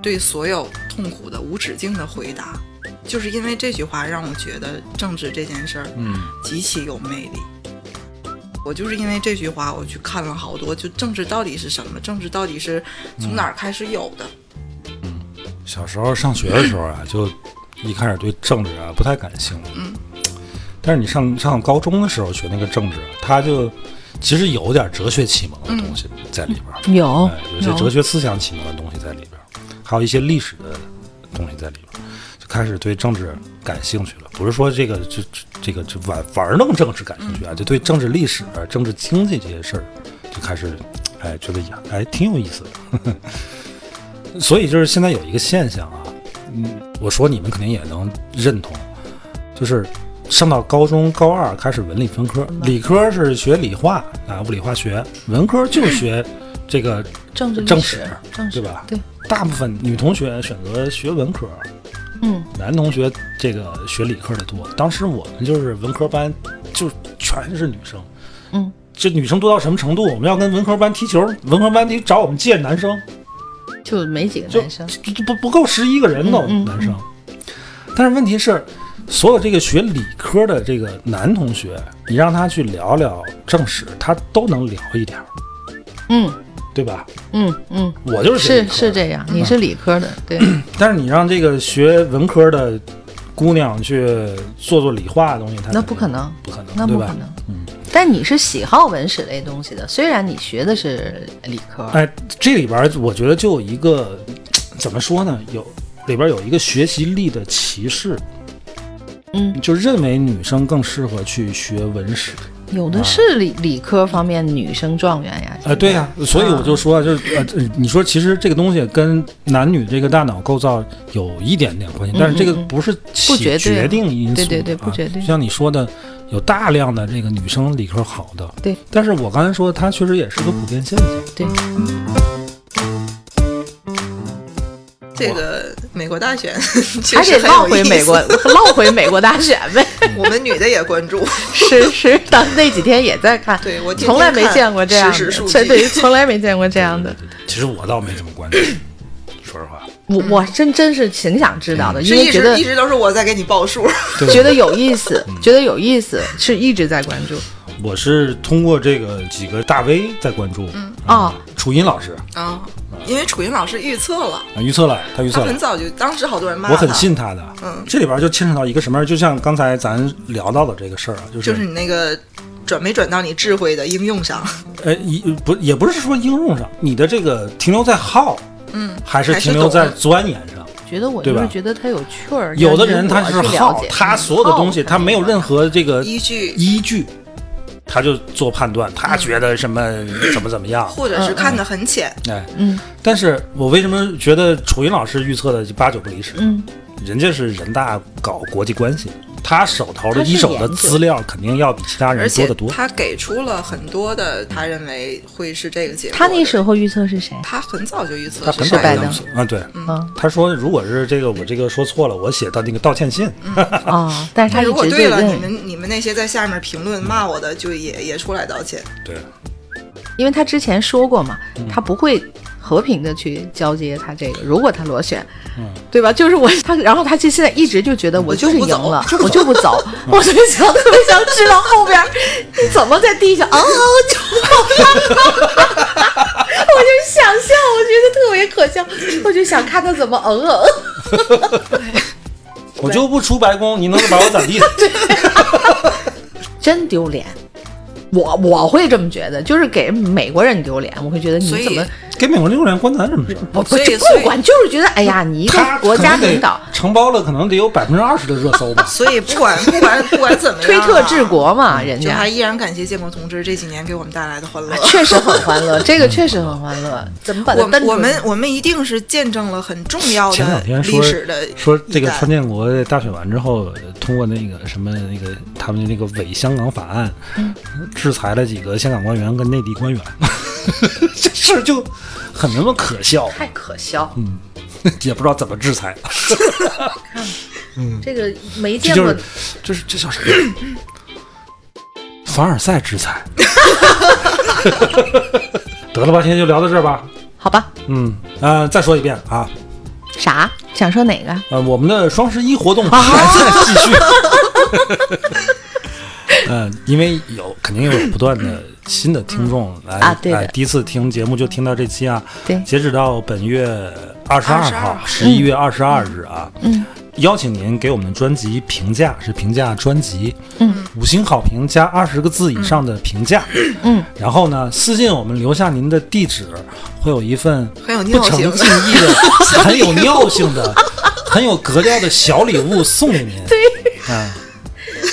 Speaker 5: 对所有痛苦的无止境的回答。”就是因为这句话，让我觉得政治这件事儿，嗯，极其有魅力。我就是因为这句话，我去看了好多，就政治到底是什么，政治到底是从
Speaker 3: 嗯
Speaker 5: 哪儿开始有的。
Speaker 1: 小时候上学的时候啊，就一开始对政治啊不太感兴趣。
Speaker 5: 嗯。
Speaker 1: 但是你上上高中的时候学那个政治，啊它就其实有点哲学启蒙的东西在里边儿，
Speaker 3: 有
Speaker 1: 哎，有些哲学思想启蒙的东西在里边儿，还有一些历史的东西在里边儿，就开始对政治感兴趣了。不是说这个就就这个就玩玩弄政治感兴趣啊，就对政治历史、啊政治经济这些事儿就开始哎觉得也哎挺有意思的。所以就是现在有一个现象啊，嗯，我说你们肯定也能认同，就是上到高中高二开始文理分科，理科是学理化啊，物理化学，文科就学这个
Speaker 3: 政治历
Speaker 1: 政
Speaker 3: 史
Speaker 1: 史，
Speaker 3: 政史
Speaker 1: 对吧
Speaker 3: 对，
Speaker 1: 大部分女同学选择学文科，
Speaker 3: 嗯，
Speaker 1: 男同学这个学理科的多。当时我们就是文科班，就全是女生，
Speaker 3: 嗯，
Speaker 1: 这女生多到什么程度？我们要跟文科班踢球，文科班得找我们借男生，
Speaker 3: 就没几个
Speaker 1: 就
Speaker 3: 男生。嗯
Speaker 1: 就不不够十一个人呢，我们男生。但是问题是，所有这个学理科的这个男同学，你让他去聊聊正史，他都能聊一点儿，
Speaker 3: 嗯
Speaker 1: 对吧？
Speaker 3: 嗯嗯，
Speaker 1: 我就是学理
Speaker 3: 是
Speaker 1: 科
Speaker 3: 是
Speaker 1: 的嗯
Speaker 3: 这样，你是理科的，对，
Speaker 1: 但是你让这个学文科的姑娘去做做理化的东西，她
Speaker 3: 那不可能
Speaker 1: 不可能，
Speaker 3: 那
Speaker 1: 对
Speaker 3: 不
Speaker 1: 吧嗯
Speaker 3: 可？能。但你是喜好文史类东西的，虽然你学的是理科，
Speaker 1: 哎，这里边儿我觉得就有一个怎么说呢？有里边儿有一个学习力的歧视，
Speaker 3: 嗯，
Speaker 1: 就认为女生更适合去学文史。
Speaker 3: 有的是理理科方面女生状元呀。
Speaker 1: 呃，啊对呀、所以我就说啊，就是呃，这你说其实这个东西跟男女这个大脑构造有一点点关系，但是这个不是起
Speaker 3: 嗯不绝对
Speaker 1: 决定因素，
Speaker 3: 对对对
Speaker 1: 啊
Speaker 3: 不绝对
Speaker 1: 就像你说的，有大量的这个女生理科好的，
Speaker 3: 对。
Speaker 1: 但是我刚才说，它确实也是个普遍现象。
Speaker 3: 对，
Speaker 5: 这个美国大选
Speaker 3: <laughs> 还
Speaker 5: 确实
Speaker 3: 得
Speaker 5: 很有
Speaker 3: 绕回
Speaker 5: 意思
Speaker 3: 美
Speaker 5: <laughs>
Speaker 3: 国，，嗯绕回美国大选呗。
Speaker 5: 我们女的也关注。 <laughs>
Speaker 3: 是是，当时那几天也在看，
Speaker 5: 对我天天
Speaker 3: 从来没见过这样
Speaker 5: 看实
Speaker 3: 的，
Speaker 5: 时数
Speaker 3: 对
Speaker 5: 据
Speaker 3: 对，从来没见过这样的。
Speaker 1: 其实我倒没怎么关注，说实话，
Speaker 3: 我我真真是挺想知道的，因
Speaker 5: 嗯是
Speaker 3: 为
Speaker 5: 一
Speaker 3: 觉
Speaker 5: 直
Speaker 3: 得
Speaker 5: 一直都是我在给你
Speaker 3: <laughs>
Speaker 5: 报数，
Speaker 1: 对
Speaker 3: 觉得有意思，
Speaker 1: 嗯
Speaker 3: 觉得有意思，是一直在关注。
Speaker 1: 我是通过这个几个大 V 在关注，嗯
Speaker 3: 哦，
Speaker 1: 楚音老师
Speaker 5: 啊、因为楚云老师预测了，
Speaker 1: 啊预测了，他预测
Speaker 5: 他
Speaker 1: 了
Speaker 5: 很，早就，当时好多人骂
Speaker 1: 我
Speaker 5: 他，
Speaker 1: 很信他的。
Speaker 5: 嗯
Speaker 1: 这里边就牵扯到一个什么，就像刚才咱聊到的这个事儿啊，就是
Speaker 5: 就是你那个转没转到你智慧的应用上，
Speaker 1: 呃，一不也不是说应用上，你的这个停留在好，
Speaker 5: 嗯，
Speaker 1: 还是
Speaker 5: 还是
Speaker 1: 停留
Speaker 5: 懂
Speaker 1: 在
Speaker 5: 的
Speaker 1: 钻研上。
Speaker 3: 觉得我
Speaker 1: 对
Speaker 3: 就
Speaker 1: 吧
Speaker 3: 是觉得它有趣儿。
Speaker 1: 有的
Speaker 3: 让
Speaker 1: 人
Speaker 3: 我
Speaker 1: 他是
Speaker 3: 去了
Speaker 1: 好
Speaker 3: 解，嗯
Speaker 1: 他所有的东西他没有任何这个
Speaker 5: 依据
Speaker 1: 依据，他就做判断，他觉得什么怎么怎么样。
Speaker 5: 或者
Speaker 3: 嗯
Speaker 5: 是看得很浅，
Speaker 1: 哎，嗯，但是我为什么觉得楚云老师预测的就八九不离十？
Speaker 3: 嗯，
Speaker 1: 人家是人大搞国际关系，他手头的
Speaker 3: 他是
Speaker 1: 一手的
Speaker 3: 研究
Speaker 1: 资料肯定要比其他
Speaker 5: 而
Speaker 1: 人多
Speaker 5: 且
Speaker 1: 得多。
Speaker 5: 他给出了很多的他认为会是这个结果。
Speaker 3: 他那时候预测是谁？
Speaker 5: 他很早就预测
Speaker 1: 他很
Speaker 5: 是
Speaker 1: 早
Speaker 3: 拜
Speaker 5: 拜
Speaker 1: 就
Speaker 3: 登
Speaker 1: 说啊，对， <laughs>
Speaker 3: 嗯
Speaker 1: 他说如果是这个我这个说错了，我写的那个道歉信，
Speaker 3: 啊，但是他
Speaker 5: 那
Speaker 3: 一
Speaker 5: 如果
Speaker 3: 直就
Speaker 5: 对了，
Speaker 3: 认
Speaker 5: 你们你们那些在下面评论骂我的，就也也出来道歉。
Speaker 1: 对，
Speaker 3: 因为他之前说过嘛，他不会和平的去交接他这个。如果他螺旋，对吧？就是我他，然后他就现在一直就觉得我就是赢了，我就不走， <laughs> 我就想特别想知道后边你怎么在地上嗷嗷叫。我就想笑，我觉得特别可笑，我就想看他怎么嗯嗯。
Speaker 1: 我就不出白宫，你能把我 <laughs> 咋地？
Speaker 3: 真丢脸。我我会这么觉得，就是给美国人丢脸，我会觉得你
Speaker 5: 所以
Speaker 3: 怎么
Speaker 1: 给美国六人关咱什么事儿？
Speaker 3: 我不
Speaker 5: 所以
Speaker 3: 就
Speaker 5: 所以。
Speaker 3: 不管，就是觉得哎呀，你一个
Speaker 1: 他
Speaker 3: 国家
Speaker 1: 可能得
Speaker 3: 领导，
Speaker 1: 承包了可能得有百分之二十的热搜吧
Speaker 5: 所以不管不管不管怎么
Speaker 3: <laughs>
Speaker 5: 样，啊
Speaker 3: 推特治。国嘛，人
Speaker 5: 嗯就还
Speaker 3: 家啊
Speaker 5: 依然感谢建国同志这几年给我们带来的欢乐。
Speaker 3: <laughs> 确实很欢乐， <laughs> 这个确实很欢乐。怎么把它
Speaker 5: 我
Speaker 3: 蹬出来
Speaker 5: 我们我们一定是见证了很重要
Speaker 1: 前
Speaker 5: 的
Speaker 1: 两天
Speaker 5: 历
Speaker 1: 说
Speaker 5: 史的
Speaker 1: 说这个
Speaker 5: 一代
Speaker 3: 啊
Speaker 1: 川建国大选完之后，通过那个什么那个他们那个伪香港法案，
Speaker 5: 嗯
Speaker 1: 制裁了几个香港官员跟内地官
Speaker 5: <laughs>
Speaker 1: 员，这事儿就很他妈可笑，
Speaker 3: 太可笑，
Speaker 1: 嗯也不知道怎么制裁。
Speaker 5: <laughs>
Speaker 3: 这个没
Speaker 1: 这
Speaker 3: 见
Speaker 1: 就
Speaker 3: 过
Speaker 1: 是，这是这叫什么？凡尔赛之
Speaker 5: <laughs>
Speaker 1: 才。得了吧，今天就聊到这儿吧。
Speaker 3: 好吧？
Speaker 1: 嗯，呃，再说一遍啊，
Speaker 3: 啥？想说哪
Speaker 5: <laughs>
Speaker 3: 个？
Speaker 1: 呃，我们的双十一活动还在继续。嗯，因为有肯定有不断的新的听众来
Speaker 3: 啊对的
Speaker 1: 来第一次听节目就听到这期啊，
Speaker 3: 对
Speaker 1: 截止到本月二十二号，
Speaker 5: 22
Speaker 1: 十一月二十二日啊，嗯，邀请您给我们的专辑评价，是评价专辑，嗯，五星好评加二十个字以上的评价，嗯，然后呢，私信我们留下您的地址，会有一份
Speaker 5: 很有
Speaker 1: 不
Speaker 5: 尿
Speaker 1: 成
Speaker 5: 性的
Speaker 1: 敬意 <laughs> 的、很有尿性的、很有格调的小礼物送给您，对，啊。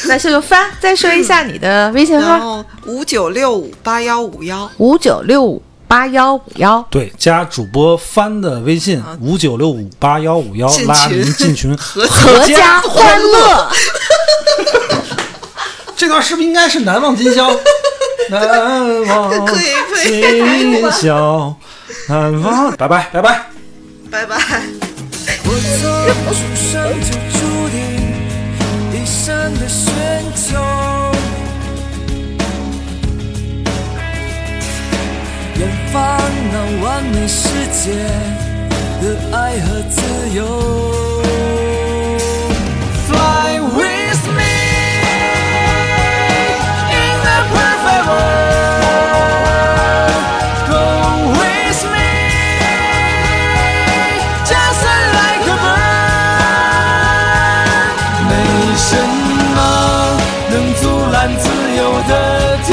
Speaker 3: 那秀秀翻，再说一下你的微信
Speaker 5: <laughs> 然
Speaker 3: 号：
Speaker 5: 后五九六五八幺五幺，
Speaker 3: 五九六五八幺五幺。
Speaker 1: 对，加主播帆的微信五九六五八幺五幺
Speaker 5: 进
Speaker 1: 拉
Speaker 5: 群
Speaker 1: 您进群，
Speaker 3: 阖
Speaker 1: 合
Speaker 3: 家欢乐，
Speaker 1: 这段是不是应该是难忘今宵？难忘
Speaker 5: 可以可以
Speaker 1: 今宵，难忘，拜拜拜拜。
Speaker 5: 拜拜。
Speaker 6: 我从出生就注定一生的寻求，远方那完美世界的爱和自由。Fly with me in the perfect world. Go with me. just like a bird。没什么能阻拦自由的天